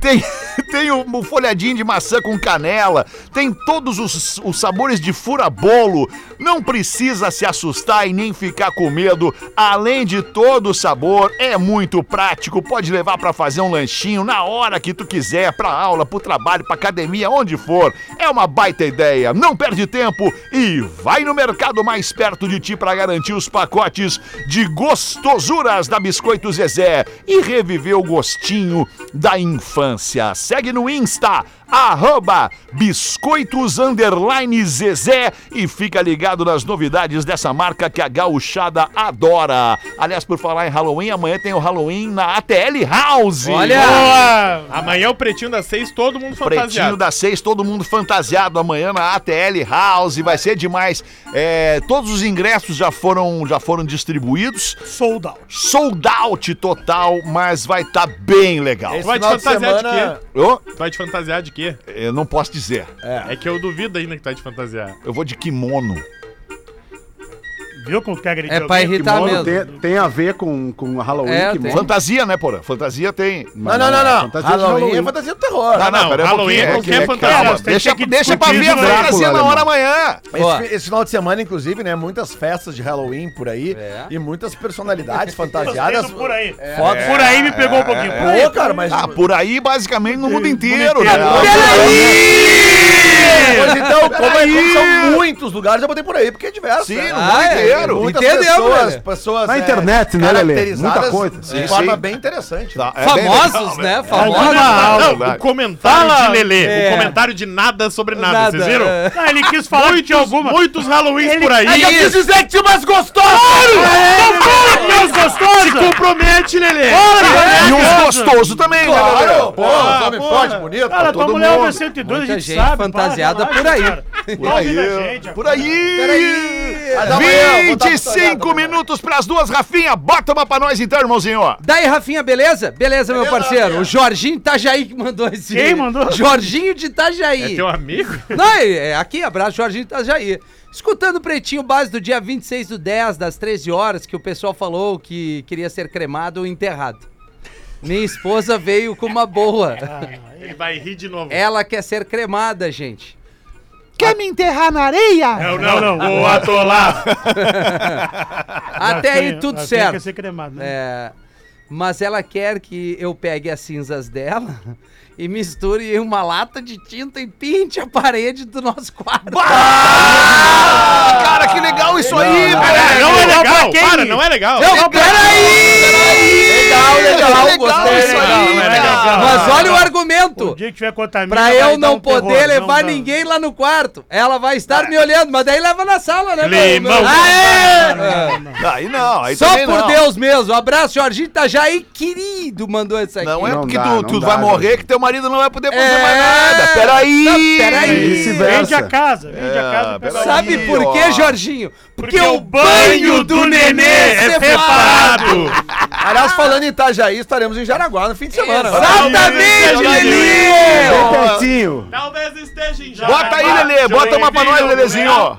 Tem, tem o, o folhadinho de maçã com canela, tem todos os, os sabores de furabolo. Não precisa se assustar e nem ficar com medo. Além de todo o sabor, é muito prático. Pode levar pra fazer um lanchinho na hora que tu quiser, pra aula, pro trabalho, pra academia, onde for. É uma baita ideia. Não perde tempo e vai no mercado mais perto de ti pra garantir os pacotes de gostosuras da Biscoito Zezé e reviver o gostinho da infância. Segue no Insta, arroba biscoitos underline Zezé e fica ligado nas novidades dessa marca que a gauchada adora. Aliás, por falar em Halloween, amanhã tem o Halloween na ATL House.
Olha!
Amanhã é o pretinho das seis, todo mundo
Pretinho
fantasiado.
das seis, todo mundo fantasiado amanhã na ATL House, vai ser demais. É, todos os ingressos já foram, já foram distribuídos,
Sold out.
sold out total, mas vai estar bem legal.
Esse
Vai te
final de
fantasiar de
semana-
quê?
Eu,
Tu vai te fantasiar de quê?
eu não posso dizer,
É que eu duvido ainda que tu vai te fantasiar.
eu vou de kimono.
viu como tu quer agredir
É pra
alguém?
Que,
irritar mesmo.
mano, tem, tem a ver com, com Halloween,
É,
que
tem.
mano.
Fantasia, né, porra? Fantasia tem.
Não, não, não, não.
Fantasia de
Halloween é
Halloween.
fantasia do terror.
Ah, não,
não,
pera aí um
Halloween é
pouquinho,
qualquer
que-
fantasia,
calma,
mas tem
Deixa,
que
deixa pra
discutir
ver a
isso, né,
fantasia na
Drácula,
hora amanhã.
Ó.
Esse, esse final de semana, inclusive, né? Muitas festas de Halloween por aí.
É.
E muitas personalidades
Gostei do
fantasiadas.
por aí.
Fotos.
Por aí me pegou um pouquinho. Por aí,
Pô, cara, mas.
Ah, por aí, basicamente, no mundo inteiro, né?
inteiro.
Pois então, como, é, como são muitos lugares, eu botei por aí, porque é diverso.
Sim,
né?
no mundo inteiro.
Muitas
Entendeu,
pessoas,
Lelê?
pessoas
Na
é,
internet, né, Lelê?
caracterizadas
Muita coisa.
De forma bem interessante.
Tá, é bem legal,
Famosos,
né?
né?
Alguma-
Famosos.
Não,
Fala.
o comentário
Fala.
de Lelê.
É.
O comentário de nada sobre nada,
Nada,
vocês viram?
é.
Ah, ele quis falar que tinha alguma.
Muitos Halloweens
Ele-
por aí.
Aí eu quis
dizer que tinha umas gostosas! Não fala que tinha umas gostosas! Se compromete, Lelê!
E uns gostosos também, né, Lelê?
Claro, pô, só me pode, bonito.
Cara, tua
todo
mulher é
mundo.
102,
Muita
a gente,
gente
sabe.
fantasiada
para,
por aí.
relaxa, cara.
Por
Tá ouvindo a
aí,
gente,
por
cara.
aí.
Mas amanhã eu vou dar uma
25
olhada.
minutos pras duas, Rafinha. Bota uma pra nós então, irmãozinho.
Daí, Rafinha, beleza? Beleza, meu parceiro. O Jorginho de Itajaí que mandou esse.
Quem mandou?
Jorginho de
É
Itajaí.
teu amigo?
Não, é, é, aqui, abraço, Jorginho de Itajaí. Escutando o Pretinho Base do dia 26 do 10, das 13 horas, que o pessoal falou que queria ser cremado ou enterrado. Minha esposa veio com uma boa.
Ele vai rir de novo.
Ela quer ser cremada, gente.
Quer me enterrar na areia?
Não, não, não. Vou atolar.
Até aí tudo
Tem Ah, que
certo.
ser cremado, né?
É, mas ela quer que eu pegue as cinzas dela e misture em uma lata de tinta e pinte a parede do nosso quarto.
Ah, cara, que legal isso aí,
Não,
velho.
é
pra
legal.
quem?
Para, não é legal.
Não, peraí!
Legal, legal, gostei.
isso
legal,
aí,
não é
cara.
legal.
Mas olha o
O
argumento!
dia que tiver contaminado.
Pra eu não poder levar
né?
ninguém lá no quarto. Ela vai estar me olhando, mas daí leva na sala, né, meu?
Limão.
Aê!
Aí não, aí
Só
também
por
não.
Deus mesmo. Abraço, Jorginho Itajaí, querido, mandou isso aqui.
Não é
Não
porque
dá,
tu,
não
tu
dá,
vai
né?
morrer que teu marido não vai poder fazer
É.
mais nada. Peraí.
Não, peraí.
Vice-versa.
Vende a casa, vende a casa. e pega
peraí.
lá.
Sabe
Aí,
por
ó.
quê, Jorginho? Porque, o banho do nenê
é
é separado.
separado.
Aliás, falando em Itajaí, estaremos em Jaraguá no fim de semana.
Exatamente,
Olha
Bem
aí,
Lelê!
pertinho.
Talvez esteja em
Bota aí, Lelê, bota uma pra nós, Lelezinho.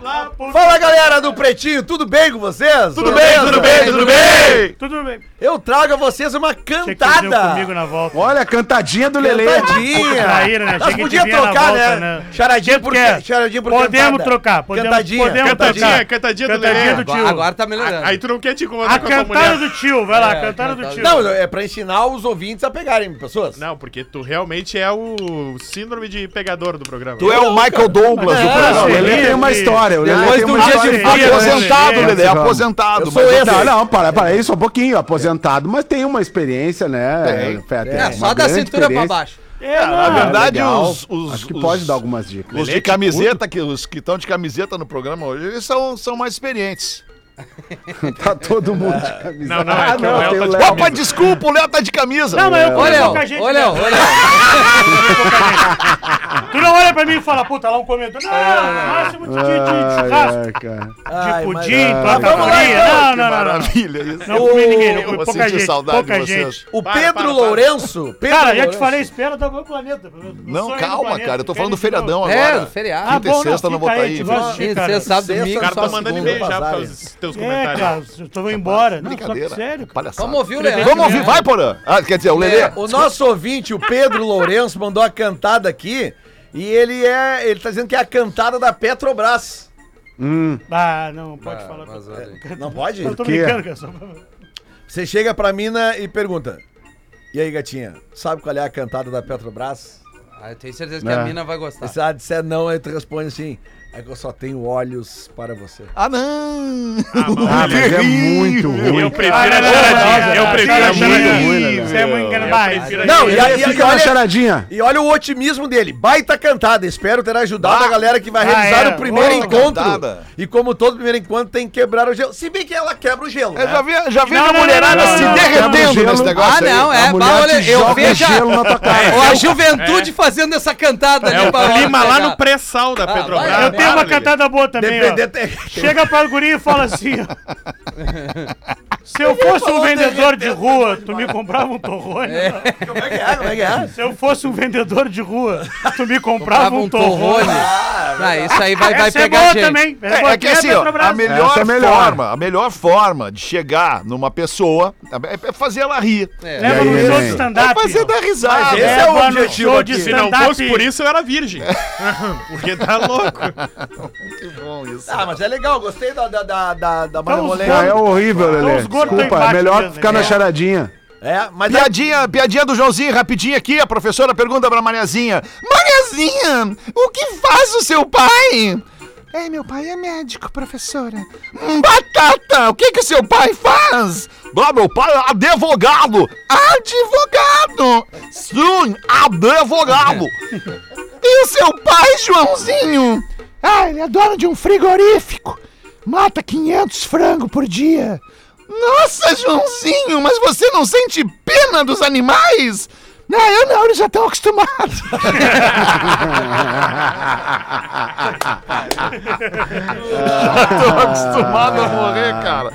Fala galera do Pretinho, tudo bem com vocês?
Tudo bem, tudo bem, tudo bem?
Tudo bem.
Eu trago a vocês uma
Tinha que fazer
cantada.
comigo na volta.
Olha, a cantadinha do Lelê.
Cantadinha.
Traíra, né?
Nós
Achei que
podíamos
devia na
trocar,
volta,
né?
né?
Charadinha por,
Porque-
charadinha por
Podemos
cantada.
trocar, podemos-
Cantadinha.
tá
podemos
Cantadinha,
trocar.
cantadinha do
Cantadinha
Lelê. Ah,
do
Agora, agora tá melhorando.
Aí tu não quer te incomodar
A
com a tua
cantada
mulher.
do tio, vai lá,
É,
cantada do
cantada.
tio.
Não, é pra ensinar os ouvintes a pegarem pessoas.
Não, porque tu realmente é o síndrome de pegador do programa.
Tu é o Michael Douglas do
É,
Não, o
programa.
sim.
Lelê tem uma história. O Lelê
Depois
tem
de um
uma
dia
história
de
importante.
frio,
Aposentado,
Lelê,
Lelê, aposentado.
Eu sou
mas-
esse.
Não, não, para, para aí, só um pouquinho. Aposentado, mas tem uma experiência, né?
Tem.
Feta,
É,
uma
só da
grande
cintura pra
experiência.
baixo.
É, não.
Na verdade,
legal.
os, os-
Acho que
os-
pode dar algumas dicas.
Os de camiseta, que, os que estão de camiseta no programa hoje, eles são, são mais experientes.
Tá todo mundo de camisa. Ah,
Não, não, é que o Léo
tem
tá de
Léo.
Opa, desculpa, o Léo tá de camisa.
Não, mas eu
Ô,
conheço
Léo,
pouca gente.
ô, Léo,
né?
ô, Léo.
Tu não olha pra mim e fala, puta, lá um comentário. Não, no máximo de, de, de churrasco.
Ai, cara.
Ai,
Tipo, de
mas-
pudim,
Ah,
torta
vamos lá,
fria. Não,
então,
que
não, não, não.
maravilha isso.
Não comi ninguém, não
Eu
comi
vou
pouca
sentir
gente.
saudade
Pouca
de vocês.
gente.
O
Para,
Pedro
para, para.
Lourenço. Pedro
Cara, já te
Lourenço.
falei, espera da do planeta. meu sonho
Não,
do
calma,
planeta,
cara. Eu tô falando do
quero de
feriadão
novo.
É,
agora.
feriado.
Ah,
Quinta e
bom, não,
sexta eu não vou
fica
tá
aí,
aí,
tu
filho.
gosta de ti,
Quinta,
cara.
sexta, sábado,
Sexta,
O
domingo,
cara
só
tá
Nossa,
mandando
segunda,
e beijar por
bazar,
causa dos teus
É,
comentários.
cara, eu vou embora. Não, só
Brincadeira.
sério. cara.
Palhaçada.
Vamos ouvir o Léo.
Vamos ouvir, vai, Porã. Ah, quer dizer, o
É.
Lelê.
É, O nosso ouvinte, o Pedro Lourenço, mandou a cantada aqui. E ele é. Ele tá dizendo que é a cantada da Petrobras.
Hum.
Ah, não, pode falar.
Não pode?
Eu tô
quê?
brincando, cara. só pra-
Você chega pra mina e pergunta. E aí, gatinha, sabe qual é a cantada da Petrobras?
Ah, eu tenho certeza que a
É.
mina vai
Tá.
E
gostar.
se ela disser não, aí tu responde assim: é que eu só tenho olhos para você.
Ah, não.
Ah, mas é muito ruim.
Eu prefiro
Ah,
a
não, não, não,
charadinha.
não,
Eu
não,
prefiro
não,
a
não, não,
não,
charadinha.
não, não.
Você é muito enganado.
Eu
Vai,
prefiro a
Não,
charadinha.
e aí,
né, Fica na charadinha.
E olha o otimismo dele. Baita cantada. Espero ter ajudado
Bah.
a galera que vai
Ah,
realizar
é.
o primeiro
Boa
encontro.
cantada.
E como todo primeiro encontro, tem que quebrar o gelo. Se bem que ela quebra o gelo.
Eu
né?
já vi, já vi
Não,
a
não,
mulherada
não, não,
se
não, não.
derretendo
Gelo.
nesse negócio.
Ah,
aí.
não, é. bah,
a mulher
olha,
te
eu
joga
vejo
gelo na
a,
tua cara.
ó, a juventude fazendo essa cantada
É o
pra
clima lá
pegar.
no pré-sal
Ah,
da
vai,
Petrobras.
Eu tenho uma cantada boa também, ó.
Depender tem.
Chega pra guria e fala assim, ó. Se eu fosse um vendedor de rua, tu me comprava um torrone?
Como é que é? Como é que é?
Se eu fosse um vendedor de rua, tu me comprava
Comprava
um torrone?
Ah, isso aí vai, vai
Essa
pegar
é boa
gente.
também.
É, é que assim, ó, a melhor,
Essa é a melhor.
forma, a melhor forma de chegar numa pessoa é é fazer ela rir.
É.
Leva
E
no
aí,
show
né?
de
É
stand-up.
fazer dar risada.
Mas esse é o
Leva no
objetivo
show de
Se não
stand-up.
fosse por isso, eu era virgem. Porque tá louco.
Ah, mas é legal, gostei da, da, da, da,
Então,
da malemolência.
Ah, é horrível, Lelê.
os gordos
Desculpa,
tão
é melhor
embaixo
ficar na
mesmo,
charadinha.
É, mas é,
Piadinha, piadinha do Joãozinho, rapidinho aqui. A professora pergunta pra Mariazinha: Mariazinha, o que faz o seu pai? É, meu pai é médico, professora. "Hum, Batata, o que que seu pai faz? Ah, meu pai é advogado. Advogado. Sim, advogado. E o seu pai, Joãozinho? Ah, ele é dono de um frigorífico. Mata 500 frangos por dia. Nossa, Joãozinho, mas você não sente pena dos animais? Não, eu não, eles já estão acostumados. já estão acostumados a morrer, cara.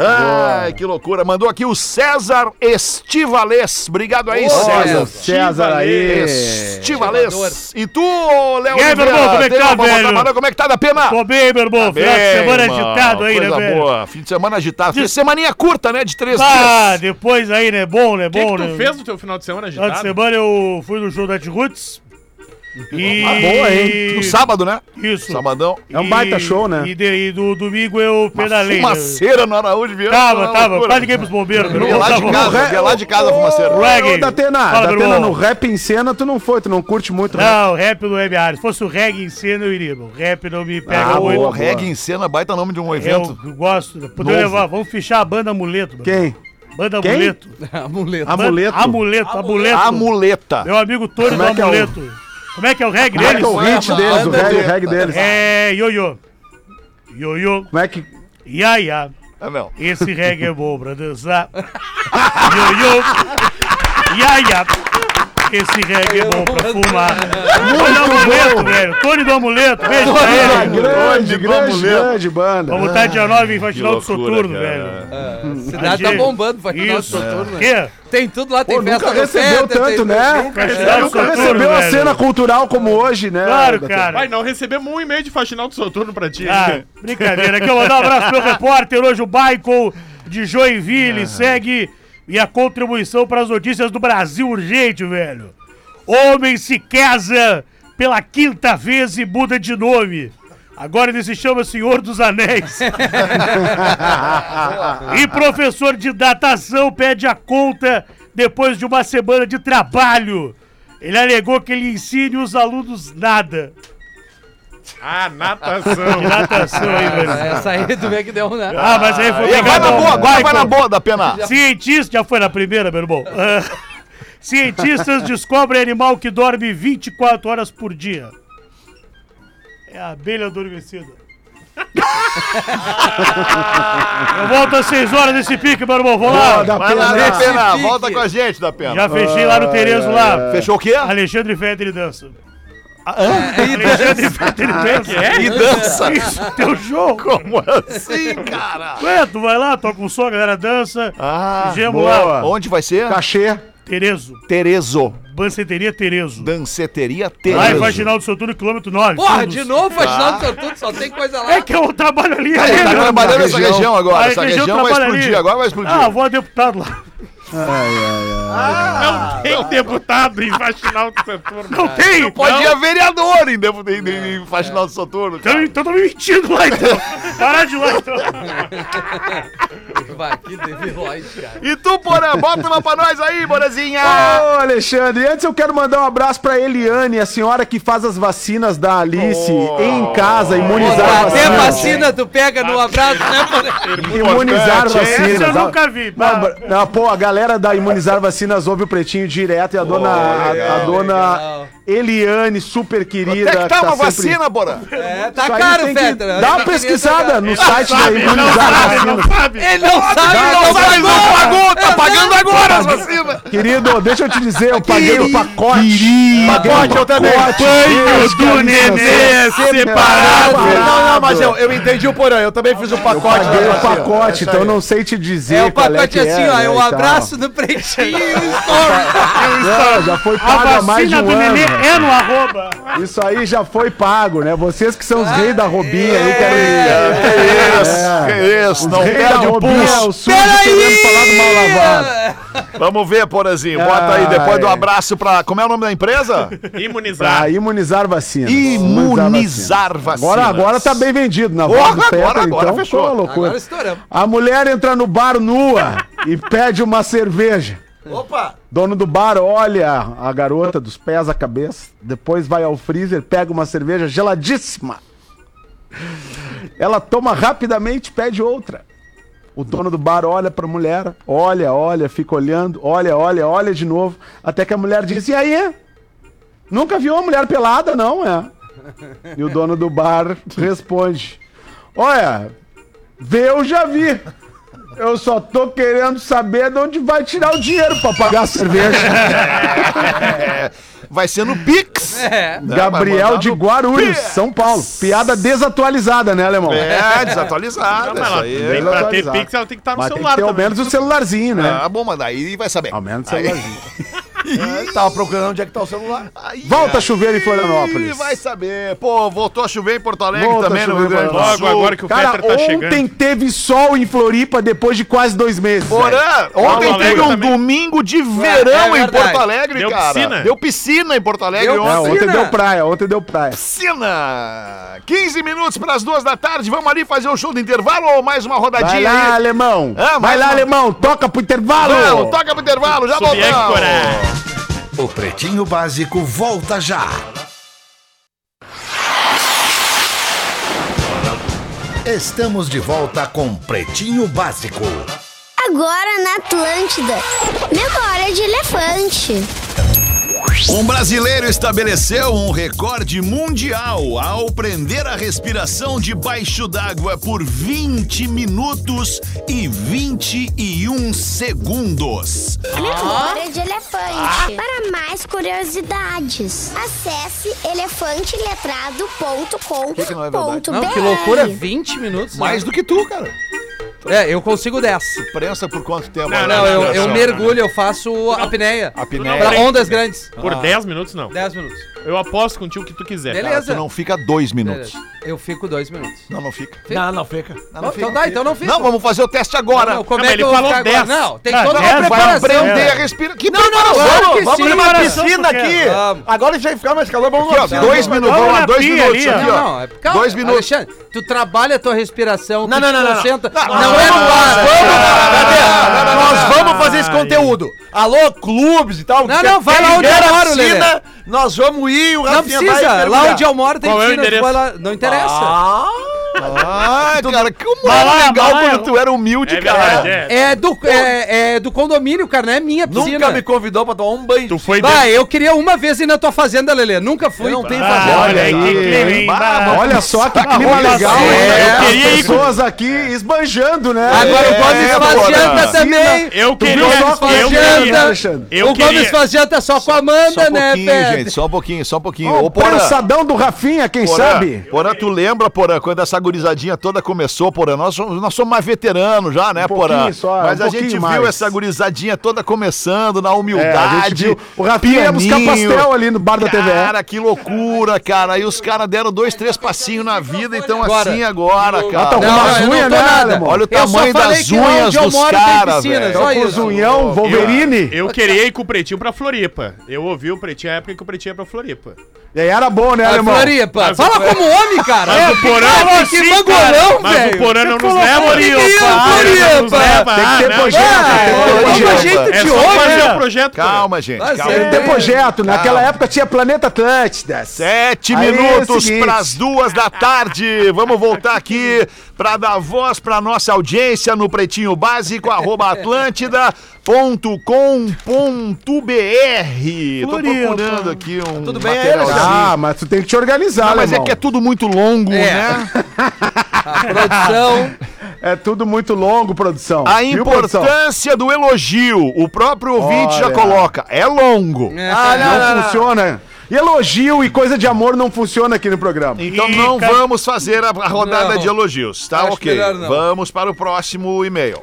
Ai, que loucura. Mandou aqui o César Estivalês. Obrigado aí,
Olha
César.
o César aí.
Estivalês. E tu, Léo?
E aí,
Oliveira,
meu irmão, como é que
tem
tá,
uma boa
velho?
trabalhada? Como é que tá da pena?
Tô bem, meu irmão. Final de
Bem,
semana
mano,
agitado aí, né,
coisa
velho?
boa. Fim de semana agitado. Fim de semaninha curta, né? De três
Ah,
dias.
depois aí, né? Bom, né?
O que,
Bom,
que tu
né?
fez no teu final de semana
Final de
agitado?
semana eu fui no show da Roots. E...
Ah, boa, hein? No sábado, né?
Isso.
Sabadão.
É um baita
E-
show, né?
E, de- e do domingo eu pedalei. né?
Uma fumaceira no Araújo Viana.
Tava,
uma
tava.
loucura.
Quase liguei pros bombeiros.
Via lá de né?
Tava-
casa, via lá de casa a fumaceira.
Ué. Reggae.
Ô, Datena,
Fala, meu
Datena,
irmão.
no rap em cena tu não foi, tu não curte muito rap.
Não, rap do Web Art. Se fosse o reggae em cena, eu iria, meu. Rap não me pega
Ah,
boa,
muito. É,
o
boa.
reggae em cena, baita nome de um
Eu
evento.
gosto. né? Poder
Novo.
levar. Vamos fechar a banda Amuleto. mano.
Quem?
Banda
Quem?
Amuleto.
Amuleto.
Ban-
Amuleto.
Amuleto, Amuleto.
A muleta.
Meu amigo Tony
Como
do
é que é o-
Amuleto. Como é que é o reggae
Como é que
deles?
é o hit deles, o reggae, o reggae deles?
É ioiô. Ioiô,
Como é que...
ia ia.
É, meu.
Esse reggae é bom pra dançar. Ioiô, ia ia. Esse reggae é bom pra fumar. Tony do Amuleto, velho. Tony do Amuleto, beijo pra
Ah,
ele.
grande, grande,
Amuleto.
grande banda.
Vamos estar dia 9 em Fatinal do
loucura,
Soturno,
cara.
velho.
cidade tá bombando, vai final do
Isso.
Soturno. né?
Quê?
Tem tudo lá, tem
Pô,
festa
nunca
no
recebeu
Center,
tanto,
tem-
né?
Faxinal do
Nunca
Soturno,
recebeu a
é velho.
cena cultural como hoje, né?
Claro,
Datena?
cara.
Vai, não recebemos um e-mail de faxinal do Soturno pra ti.
Ah, brincadeira. Aqui eu vou dar um abraço pro meu repórter hoje, o Michael de Joinville. Segue e a contribuição para as notícias do Brasil urgente, velho. Homem se casa pela quinta vez e muda de nome. Agora ele se chama Senhor dos Anéis. e professor de datação pede a conta depois de uma semana de trabalho. Ele alegou que ele ensine os alunos nada.
Ah, natação.
Datação aí, velho.
Ah, Essa aí tu vê que deu, né?
Ah, mas aí
É, vai
foi
na
obrigado,
boa, agora vai
Michael.
na boa da pena.
Cientista, já foi na primeira, meu irmão. Ah, cientistas descobrem animal que dorme 24 horas por dia. É a abelha adormecida. Eu volto às 6 horas nesse pique, meu irmão. Vou
Ó,
lá.
da
Vai lá,
pena.
da pena.
Fique.
Volta com a gente, da pena.
Já fechei lá no Terezo lá.
É, Fechou o quê?
Alexandre Fetter e dança. Alexandre Fetter e dança.
Ah, é? E dança.
Isso, teu jogo.
Como assim, cara?
Ué, tu vai lá, toca um som, a galera dança.
Ah,
Gemo
boa.
lá.
Onde vai ser?
Cachê.
Terezo.
Terezo.
Banceteria Terezo.
Danceteria
Lá em
Terezo.
Vaginal do Soturno, quilômetro 9.
Porra, de novo, Faxinal do Soturno, só tem coisa lá.
É que eu trabalho ali.
Aí,
né,
tá
meu?
trabalhando essa
região.
região agora.
Aí,
Essa
região
região vai
trabalha ali.
explodir, agora vai explodir.
Ah, vou a deputado lá.
Ah,
um
Não tem deputado em faxinal do Soturno.
Não tem!
Pode ir a vereador em, Devo- em, em, em Faxinal do Soturno.
Então,
cara.
então tô me mentindo lá, então. Parar de ir lá, então.
Vai, que debilóide, cara.
E tu, Porã, bota uma pra nós aí, Borazinha!
Ô, Alexandre, antes eu quero mandar um abraço pra Eliane, a senhora que faz as vacinas da Alice em casa,
Pô,
imunizar
tá, até
vacinas.
vacina tu pega no abraço, né, Porã?
Imunizar vacinas. tá?
Essa eu nunca vi. tá?
Não,
pá.
não, pô, a galera da Imunizar Vacinas ouve o Pretinho direto e a dona, a, a dona
legal.
Eliane, super querida.
Até que tá uma
sempre-
vacina, Borã.
É,
Isso
tá
aí
caro,
tem que
Fetra.
Dá uma pesquisada no site da
Sabe, não
Imunizar
sabe, não
Vacina.
sabe.
Ele não sabe, ele não sabe.
Mas não pagou, tá pagando agora as vacinas.
Querido, deixa eu te dizer, eu paguei o pacote.
Pacote, eu também.
Banho do
é
nenê
Não, não, não, mas eu, eu entendi o porão. Eu também fiz o pacote.
Paguei
da
o
vacina.
pacote,
Essa
então
aí.
não sei te dizer.
É o
qual
pacote
que é,
assim, ó.
né,
É
e
um
tal.
abraço do pretinho e um story.
Não, já foi
A
pago há mais de
vacina
um
do
ano.
nenê é no arroba.
Isso aí já foi pago, né? Vocês que são os reis da robinha aí,
É.
querem.
É isso, não
Rei da
perde é o
robinha,
pulso.
o sujo tá querendo falar do mal lavado.
Vamos ver, Porazinho. Bota aí, depois
Ai.
do abraço pra. Como é o nome da empresa?
Imunizar.
Pra imunizar vacina.
Imunizar vacinas.
Agora, agora tá bem vendido na voz
Porra,
do Petra,
agora- agora
então
fechou.
foi uma loucura.
Agora estouramos.
A mulher entra no bar nua e pede uma cerveja.
Opa!
Dono do bar olha a garota dos pés à cabeça, depois vai ao freezer, pega uma cerveja geladíssima. Ela toma rapidamente, pede outra. O dono do bar olha pra mulher, olha, olha, fica olhando, olha, olha, olha de novo, até que a mulher diz: "E aí? Nunca viu uma mulher pelada, não, é?" E o dono do bar responde: "Olha, vê eu já vi. Eu só tô querendo saber de onde vai tirar o dinheiro pra pagar a cerveja."
É, Vai ser no Pix.
É.
Não, vai
Gabriel
mandar
de
no
Guarulhos,
Pix.
São Paulo. Piada desatualizada, né, alemão?
É, desatualizada.
Não, mas
isso aí.
ela tem pra ter
atualizado.
pix, ela tem que estar no
Mas tem que
celular
ter ao
também.
menos o celularzinho, né?
Ah, bom, mas daí vai saber.
Ao menos o celularzinho.
Eu tava procurando onde é que tá o celular.
Ah, Volta a chover em
Ih,
Florianópolis.
vai saber. Pô, voltou a chover em Porto Alegre
Volta
também
a
no
chover
Rio
em
Grande do
Porto
Sul.
Logo agora que o
Cara,
Petra tá
ontem
chegando.
teve sol em Floripa depois de quase dois meses. velho.
Porã, ontem
Alegre
teve um
também.
domingo de
é
verão em
verdade.
Porto Alegre,
Deu
cara.
piscina.
Deu piscina em Porto Alegre
Deu
É,
ontem.
ontem
Piscina.
deu praia, ontem deu praia.
Piscina! 15 minutos para as duas da tarde. Vamos ali fazer o show do intervalo ou mais uma
Vai
rodadinha
lá,
aí?
alemão.
Ah,
Vai
mais
lá,
uma-
alemão. Toca pro intervalo.
Vamos, toca pro intervalo, já
Sob
voltamos.
âncora.
O Pretinho Básico volta já. Estamos de volta com Pretinho Básico.
Agora na Atlântida. Memória de elefante.
Um brasileiro estabeleceu um recorde mundial ao prender a respiração debaixo d'água por 20 minutos e 21 segundos.
Memória de
Ah.
elefante. Para mais curiosidades, acesse elefanteletrado.com.br.
Não, que loucura, 20 minutos. né?
Mais do que tu, cara.
É, eu consigo 10.
Prensa por quanto tempo?
Não,
Não, eu, eu
não.
mergulho, eu faço apneia.
Apneia.
Pra ondas grandes.
Por 10 minutos, não.
10 minutos.
Eu aposto contigo o que tu quiser.
Cara, tu
Beleza.
não fica dois minutos.
Beleza. Eu fico dois minutos.
Não, não fica.
Não, não, fica.
Não,
Bom, então tá, então não fico.
Não, vamos fazer o teste
Não,
agora.
não, como
Não,
é que
mas ele
eu vou
falou
ficar
10.
agora? Não, tem
Ah,
toda uma
10 vai
preparação.
Vai prender a respiração. Que
não, claro que
vamos
sim,
pra uma
cara,
piscina
só
É.
porque-
aqui.
Vamos.
Agora já ficar mais calor, vamos
Aqui, ó,
lá.
dois
não,
minutos,
não,
vamos lá,
não,
dois
não,
minutos
não,
aqui,
não,
Não,
ó.
não, é, calma,
Dois minutos.
Alexandre, tu trabalha a tua respiração,
Não,
tu
não, não,
te
não, não.
concentra. Não,
Vamos,
é no ar.
vamos, Cadê?
não, não,
Nós
Ah.
vamos fazer esse conteúdo. Alô, clubes e tal.
Não, não, vai lá onde
Quem der
eu
a
moro,
piscina,
Lelê.
Nós vamos ir, o
Não
Rafinha vai
precisa, lá
mergulhar.
onde eu moro tem
Qual é o
piscina, tu
endereço?
vai lá, não interessa.
Ah,
Ah, cara, como
Vai
era
lá,
legal
vai lá.
quando tu era humilde,
É
cara.
verdade, é.
É do, é, é do condomínio, cara, não é minha piscina.
nunca me convidou pra tomar um banho.
Tu foi
Vai, eu queria uma vez ir na tua fazenda, Lelê, nunca fui.
Eu não tenho
Ah,
fazenda.
olha aí,
aí,
que clima, hein?
bah,
Bah,
Olha só que clima
roupa
legal.
suja.
né?
Eu queria
As
ir com-
pessoas aqui esbanjando, né?
Agora o
É,
Gomes faz
Porã.
janta também.
Eu
Tu
queria.
viu só
Eu
qual é a agenda,
queria.
Alexandre?
Eu
o Gomes
queria.
faz janta só com a Amanda,
Só um
né,
pouquinho,
Pedro?
gente, só um pouquinho, só um pouquinho.
Ó,
Ô,
o
Porã,
prensadão do Rafinha, quem
Porã,
sabe?
Porã, tu lembra, Porã, quando essa gurizadinha toda começou, Porã? Nós somos, nós somos mais veteranos já, né,
Um
Porã?
pouquinho só,
Mas
um
a
pouquinho
gente viu
mais.
essa gurizadinha toda começando na
É, a gente
humildade.
viu. O Rafinha ia buscar
pianinho.
pastel ali no bar da TV.
Cara, que loucura, cara. Aí os caras deram dois, três passinhos na vida e estão
Agora.
assim agora, cara.
tá com
Não,
umas
eu não
unhas,
tô
né,
nada.
alemão?
Olha o
Eu só
tamanho
falei
das
que lá
unhas
onde eu
dos
moro tem
caras,
piscina,
velho.
só
É o
isso.
Cozunhão, Wolverine.
Eu queria ir com o Pretinho pra Floripa. Eu ouvi o Pretinho na época que o Pretinho ia pra Floripa.
E aí era bom, né,
Ah,
alemão?
Floripa,
Mas
fala
o Porã-
como homem, cara. É,
Mas o Porã
cara,
assim,
que
cara.
mangolão,
Mas o é assim,
velho.
Porã não
Você
nos
colocou
leva,
ninguém
Oriol.
no
Não nos
Floripa.
leva.
Tem que
Ah,
ter
não,
projeto,
É,
tem que ter
toma
projeto.
jeito
É
de
só
homem.
fazer o projeto.
Calma, gente.
Mas
calma.
é-
Tem que ter projeto. né?
Tá.
Naquela época tinha Planeta Atlântida.
Sete
Aí é o
minutos
seguinte.
pras duas da tarde. Vamos voltar aqui para dar voz para nossa audiência no pretinho básico, arroba atlântida.com.br. Tô
Floripa.
procurando aqui um
Tudo bem aí, Alexandre?
Ah, mas tu tem que te organizar,
Não, mas é
Ah, alemão.
que é tudo muito longo,
É.
né?
A produção.
É tudo muito longo, produção.
A
Viu, produção?
importância do elogio. O próprio ouvinte já
Olha.
coloca. É longo.
Ah, não,
não, não.
funciona. E elogio e coisa de amor não funciona aqui no programa.
Então
Ih,
não
cara.
vamos fazer a a rodada
Não.
de elogios, tá?
Acho
ok.
melhor não.
Vamos para o próximo e-mail.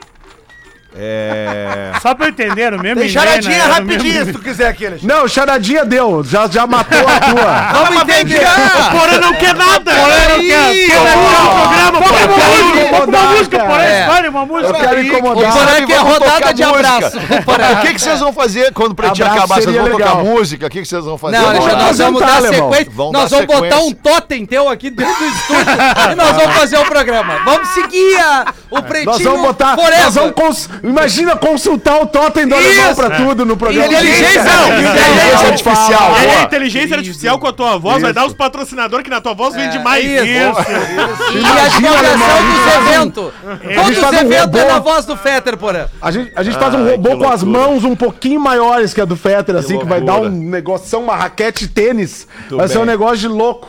Só pra eu entender, o mesmo
Tem charadinha
né?
era o
rapidinho, se
mesmo-
tu quiser aqui, Alexandre.
Não, charadinha deu. Já, já matou a tua.
Vamos entender.
O Porã não quer nada! O Porã não quer!
Ih,
Porã quer no programa, Porã!
eu quero
Uma música, uma
incomodar,
música,
cara.
Porã!
É.
Escolhe uma música!
Eu quero
O
incomodar.
Porã quer
Vamos
rodada
tocar
de
música.
abraço.
O que, que vocês vão fazer quando o Pretinho
Abraço
acabar? Vocês
seria
vão tocar
legal.
música? O que, que vocês vão fazer? um
Não,
Vamos
Alexandre,
lá,
nós vamos dar
jantar, alemão.
sequência.
Vamos
nós
dar
vamos botar um
sequência.
totem teu aqui dentro do estúdio e nós vamos fazer o programa. Vamos seguir a- o pretinho
Nós vamos botar.
Tipo, forever.
Nós vamos cons- imagina consultar o totem do alemão
Isso.
pra tudo no programa.
Inteligência.
Inteligência artificial.
É
boa.
inteligência artificial com a tua voz, vai dar os patrocinadores que na tua voz
É,
vende mais.
isso. E a
Imagina, alemão,
divulgação dos
imagina.
eventos. Todos os
faz um
eventos é
robô.
na voz do Fetter, Porã.
A gente, a gente faz um robô com as mãos um pouquinho maiores que a do Fetter, assim, que vai dar
loucura.
um negocinho, uma raquete de tênis. vai ser
bem.
um negócio de louco.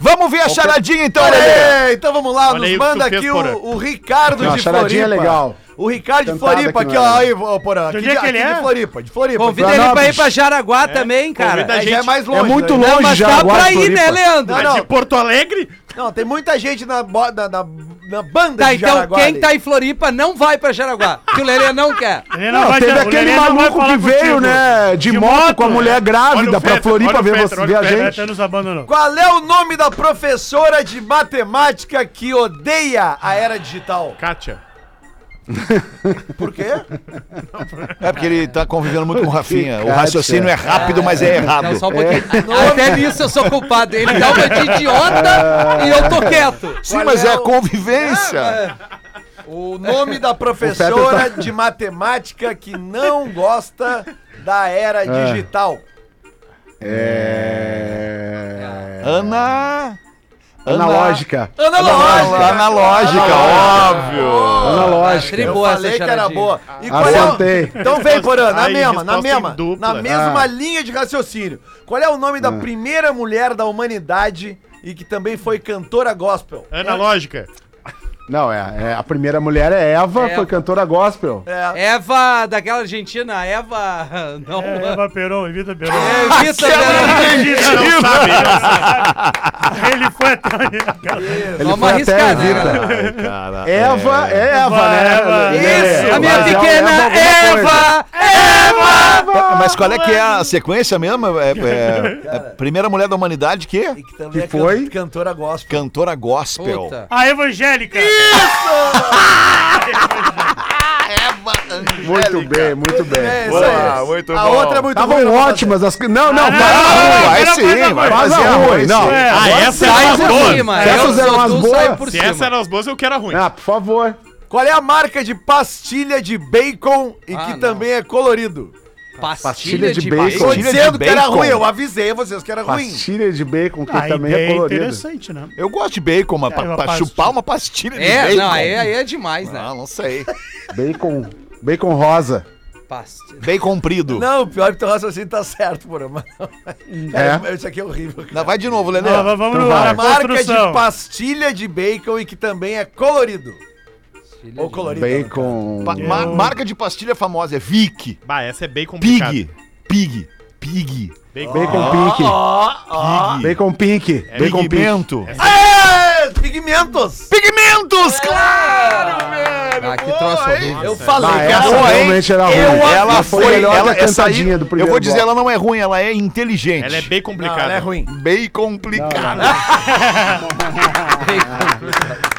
Vamos ver a charadinha então, Lelê.
Olha aí, então vamos lá,
Olha aí
nos
o que tu
manda
fez,
aqui
Porã.
o, o Ricardo
Não, a
de Floripa.
charadinha é legal.
O Ricardo de
Cantada
Floripa,
que não
aqui,
é.
ó, aí, ô, Porã.
De
Aqui,
onde é que
aqui
ele é?
de Floripa, de Floripa.
Convida
Florianópolis.
ele pra ir pra Jaraguá também,
Convida
cara.
a
Aí já é
gente.
mais longe.
é muito
né?
longe
Não, mas
já.
dá
agora,
pra ir,
Floripa.
né, Leandro?
Não,
Mas de
não,
Porto Alegre?
não, tem muita gente na, bo- na, na, na banda
Tá,
de
então
Jaraguá.
quem
ali.
tá em Floripa não vai pra Jaraguá, que o Lelê não quer.
Ele
Não,
vai
teve
te- o
aquele
Lelê não vai
maluco
falar
que veio,
contigo.
né, de, moto, com a
né?
mulher
Olha
grávida
o
pra
Fetter,
Floripa
olha o
ver,
Fetter,
você,
olha
ver
o
a
Fetter,
gente.
Até nos abandonou.
Qual é o nome da professora de matemática que odeia a era digital?
Kátia.
Por quê?
É porque ele tá convivendo muito com o Rafinha. O
Cátia.
raciocínio é rápido, mas é
Não,
errado.
só um pouquinho. Até nisso eu sou culpado. Ele dá uma de idiota e eu tô quieto.
Sim, mas é a convivência.
O nome da professora
tá-
de matemática que não gosta da era digital.
É...
Ana.
Analógica.
Analógica.
Analógica, óbvio.
Analógica.
Ah,
Eu
Boa
falei
essa
que era
charadinha.
boa. E
Acertei.
é o... Então vem, Porã, na
Ah. Aí,
mesma, na
resposta
mesma.
em
Na
dupla.
mesma
Ah.
linha de raciocínio. Qual é o nome da primeira mulher da humanidade e que também foi cantora gospel?
Analógica.
Não, é, é, A primeira mulher é Eva,
Eva.
foi cantora gospel.
É.
Eva, daquela Argentina, Eva. Não.
É,
É,
Eva Peron, Evita Peron.
Evita,
É.
né?
Não sabe.
Ele foi até ali.
É,
Ele
Vamos
foi até
arriscar, né?
Ai,
Evita.
cara.
Eva, é
Eva,
Eva,
Eva.
né? Lelê?
Isso, a minha
Mas é o
pequena
alguma coisa.
Eva.
Tá, Mas qual é que é a sequência mesmo? É, é- é primeira mulher da humanidade que?
E que também
Que
é can-
foi?
cantora gospel.
Cantora gospel.
Puta.
A evangélica.
Muito bem, muito
É
bem.
isso
Boa, muito
A
bom.
outra é muito
Estavam
ruim,
ótimas as. Não,
Ah,
não,
não,
faz a
não,
ruim.
Vai
Primeira
sim,
coisa
vai
Faz
fazer
a ruim, não.
É.
Ah, essa é uma
Sai por
boa.
cima.
Essas
eu sou
eram as
tu,
boas.
sai por
Se
cima.
essa era as boas, eu quero a ruim.
Ah, por favor.
Qual é a marca de pastilha de bacon e
Ah,
que
não.
também é colorido?
Pastilha,
Pastilha
de,
de
bacon.
bacon.
Tô
Pastilha de
dizendo que era
bacon.
ruim, eu avisei vocês que era ruim.
Pastilha de bacon, que
A
também
ideia
é
é
colorida.
interessante, né?
Eu gosto de bacon, mas
É,
pra,
uma
pra
pastilha.
chupar uma pastilha de
É,
bacon.
não, aí, aí é demais, né?
Ah, não sei.
Bacon. Bacon rosa.
Pastilha.
Bem comprido.
Não, pior que teu raciocínio tá certo, porra, mas não
É.
é. Isso aqui é horrível. cara.
Não, Vai de novo, Lelê.
Não, v- vamos
Então
lá,
vai.
na
Marca de
construção.
pastilha de bacon e que também é colorido. Ou colorido.
Bacon.
Pa- ma-
Eu-
marca de pastilha famosa é Vic,
Bah, essa é bem complicada.
Pig, Pig, Pig,
Bacon.
Bacon pink. Ah.
Pig, É
Bacon pink. Bacon É. pink.
Pigmento.
É, pigmentos!
Pigmentos, claro, Então,
Ah, que
Boa,
troço
hein?
horrível.
Eu falei
Ah,
que era
essa
ruim.
realmente era ruim.
Eu
Ela
avisei.
foi,
melhor
ela,
que a
essa aí,
cantadinha do
eu
primeiro
vou dizer,
bloco.
ela não é ruim, ela é inteligente.
Ela é bem
Não,
complicada.
ela é ruim.
bem complicada.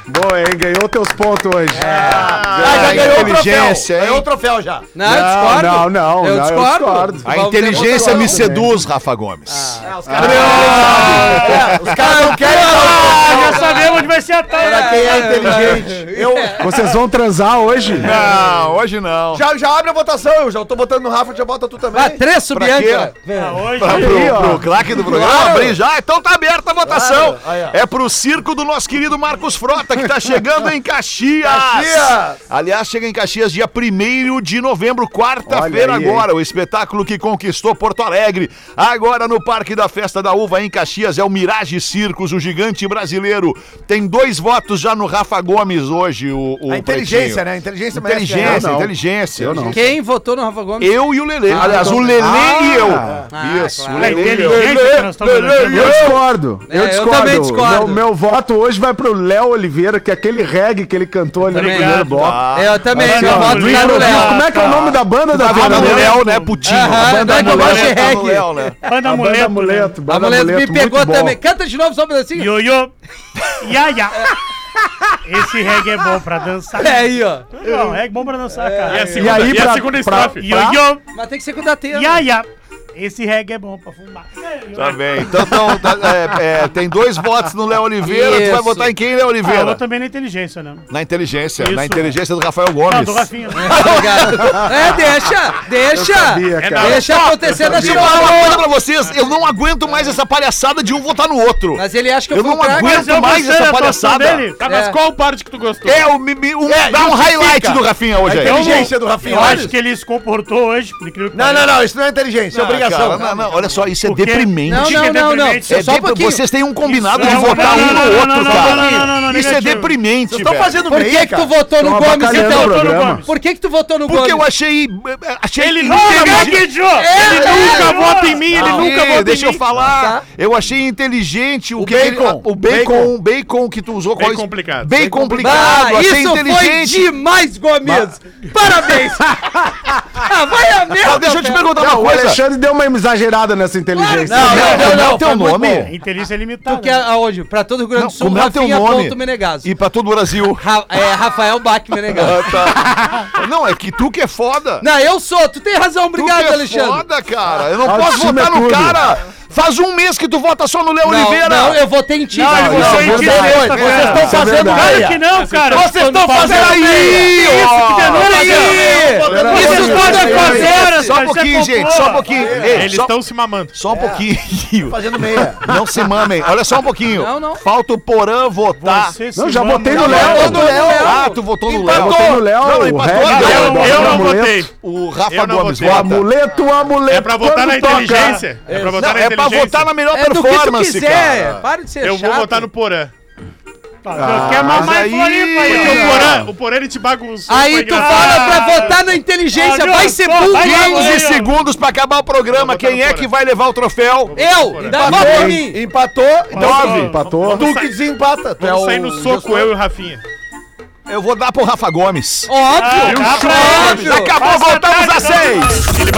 Boa, hein? Ganhou teus pontos hoje.
Ah, já
é
a
ganhou o
inteligência,
troféu.
hein?
Ganhou o troféu já.
Não, eu discordo.
não, não,
Eu
não, eu
discordo.
discordo.
A
Vamos
inteligência
ter
me
outra
seduz, Rafa Gomes.
Ah, os caras É, os caras não querem dar o
Ah,
troféu
já sabemos onde vai ser a
pra
taça.
quem é inteligente. Eu
Vocês vão transar hoje?
Não, hoje não.
já, já abre a votação, eu já tô botando no Rafa, já bota tu também.
Ah, três
quê?
subiantes.
Ah, hoje.
Pra, pro,
Aí, ó.
pro craque do programa
Claro.
abrir já, então tá aberta a votação.
Claro. Aí, ó.
É pro circo do nosso querido Marcos Frota, que que tá chegando em Caxias.
Caxias!
Aliás, chega em Caxias dia 1 de novembro, quarta-feira
Olha aí,
agora. O espetáculo que conquistou Porto Alegre. Agora no Parque da Festa da Uva em Caxias é o Mirage Circos, o gigante brasileiro. Tem dois votos já no Rafa Gomes hoje, o, o
A inteligência,
Pretinho.
né? A inteligência merece ganhar.
Inteligência,
não.
inteligência.
Eu não.
Quem votou no Rafa Gomes?
Eu e o Lelê. Aliás, o Lelê e eu.
Ah,
Isso,
claro.
o Lelê e eu.
inteligência que nós estamos olhando.
Eu discordo.
É,
eu
eu
discordo.
também discordo.
Meu, meu voto hoje vai pro Léo Oliveira, que é aquele reggae que ele cantou ali
Também.
no primeiro bloco.
Ah,
É, Eu também,
Assim,
meu
ó,
voto tá no
né?
Como
Léo.
é que é o nome da banda da
Tava
banda
no Léo, né, Putinho?
Aham,
A banda
não é que eu
Léo
gosto de
tá no
reggae.
Léo, né?
Banda
A banda
amuleto. né?
Amuleto.
A
banda
mulher me
Amuleto, muito
pegou
bom.
também. Canta de novo só um pedacinho.
Ioiô. Iaia. Esse reggae é bom pra dançar.
É aí, ó.
Não, é bom pra dançar, cara.
E a
E
segunda,
aí,
e a
pra,
segunda
pra-
estrofe.
pra-
Ioiô.
Mas tem que ser segunda-feira.
Iaia. Esse reggae é bom pra fumar.
Tá bem. Então, então, tá- é, é, tem dois votos no Léo Oliveira. Tu vai
Isso.
votar em quem, Léo
Ah, eu
Oliveira?
vou também na inteligência, né?
Na inteligência.
Isso.
Na inteligência do Rafael
Não,
Gomes.
do Rafinha.
Obrigado. É, deixa, deixa.
sabia, cara.
Deixa acontecer na
Deixa eu falar
chamada.
uma coisa pra vocês. Eu não aguento mais essa palhaçada de um votar no outro.
Mas ele acha que eu,
Eu
fui
não
o craque.
aguento. mais essa
a atuação
palhaçada.
Tá, mas
É.
qual parte que tu gostou?
É, o, mi- mi- um, dá um highlight do Rafinha hoje aí.
Então, Inteligência do Rafinha.
Eu acho que ele se comportou hoje, por incrível que
Não, não, não, isso não é inteligência, é
Ah,
obrigação.
cara, não, não, olha só, isso é
O quê?
deprimente.
Não, não, não, não.
É
É
Só um
de-
pouquinho.
Vocês têm um combinado
Isso
de
não,
votar
não,
um
não,
no
não,
outro,
não, não,
cara.
não, não, não, não,
Isso é
negativo.
deprimente,
Vocês estão
velho.
fazendo
Por
bem,
que, que tu
cara.
votou no
Tão
Gomes,
avacalhando
então?
o programa.
Por que, que tu votou no
Porque eu
Gomes?
achei. eh, achei
Ele nunca gaguejou! Ele
é,
nunca vota em mim, ele
Não,
nunca
Ih,
vota em
Ah, deixa eu
mim.
falar.
Tá.
Eu achei inteligente o, que
bacon.
ele- o bacon, bacon, que tu usou.
Bem
qual é-
complicado.
Bem
Bem
complicado.
ah,
achei
isso foi
inteligente.
demais, Gomes! Parabéns! ah, vai a merda!
Ah, deixa eu te
velho.
perguntar
Não,
uma
o
coisa.
Alexandre deu uma exagerada nessa inteligência.
Não, não, não, não,
teu
foi muito
nome.
Inteligência é limitada.
Tu quer aonde? Pra todo o Rio Grande do
Não,
Sul,
como é o teu
Rafinha
nome?
ponto Menegaso.
E pra todo o Brasil.
Ra- é, Rafael Bach Menegaso.
Ah, tá. Não, é que tu que é foda.
Não, eu sou, tu tem razão, obrigado,
tu que é
Alexandre.
foda, cara. Eu não
Autoestima
posso votar
é
no
tudo.
cara. Faz um mês que tu vota só no Léo
Não,
Oliveira.
Não, eu votei em ti.
Não, ele
Não, é
votou
não,
em
não,
ti
não,
nesta,
não,
cara.
Vocês estão
Isso é
fazendo meia.
verdade.
Claro que não, cara.
Vocês estão fazendo meia.
Peraí, ó.
Peraí! Isso tudo
Peraí, peraí,
é
peraí,
fazer! é
Só um pouquinho, gente, só um pouquinho. Ei,
Eles
só-
estão se mamando.
Só um pouquinho.
Fazendo meia.
Não se mamem. Olha só um pouquinho.
Não, não.
Falta o Porã votar.
Você se
Não, já
mama.
botei no
Não,
Léo.
votou no Léo.
Ah, tu votou no
Eu
Então
Léo.
botei no Léo,
Não,
o
empatou,
reggae,
Léo.
a
Eu,
bola
eu
do
não
amuleto.
votei.
O Rafa
Eu não
Gomes
O
votei. então.
vota.
amuleto, amuleto.
É pra votar na
quando toca.
inteligência. É pra votar
Não,
na
é pra
inteligência.
votar na melhor
É do que tu
performance,
quiser,
cara.
para de ser
Eu vou
chato.
votar no Porã.
Ah, tu quer mamar
aí-
em Floripa aí,
Porque
ó.
o Porã, o Porã ele te bagunçou.
Aí
foi
tu
engraçado.
fala pra votar na inteligência,
Ah, não,
vai ser
pô,
burro!
vai lá,
hein?
15
Léo.
segundos pra acabar o programa.
Vou botar
Quem
no
é
Porã.
que vai levar o troféu?
Eu! Dá voto pra mim!
Empatou, então
Nove.
Empatou.
tu que desempata. Tu é
Vamos
o
sair no soco, eu e o Rafinha.
Eu vou dar pro Rafa Gomes.
Óbvio!
dá pra
óbvio!
Daqui a pouco voltamos a seis.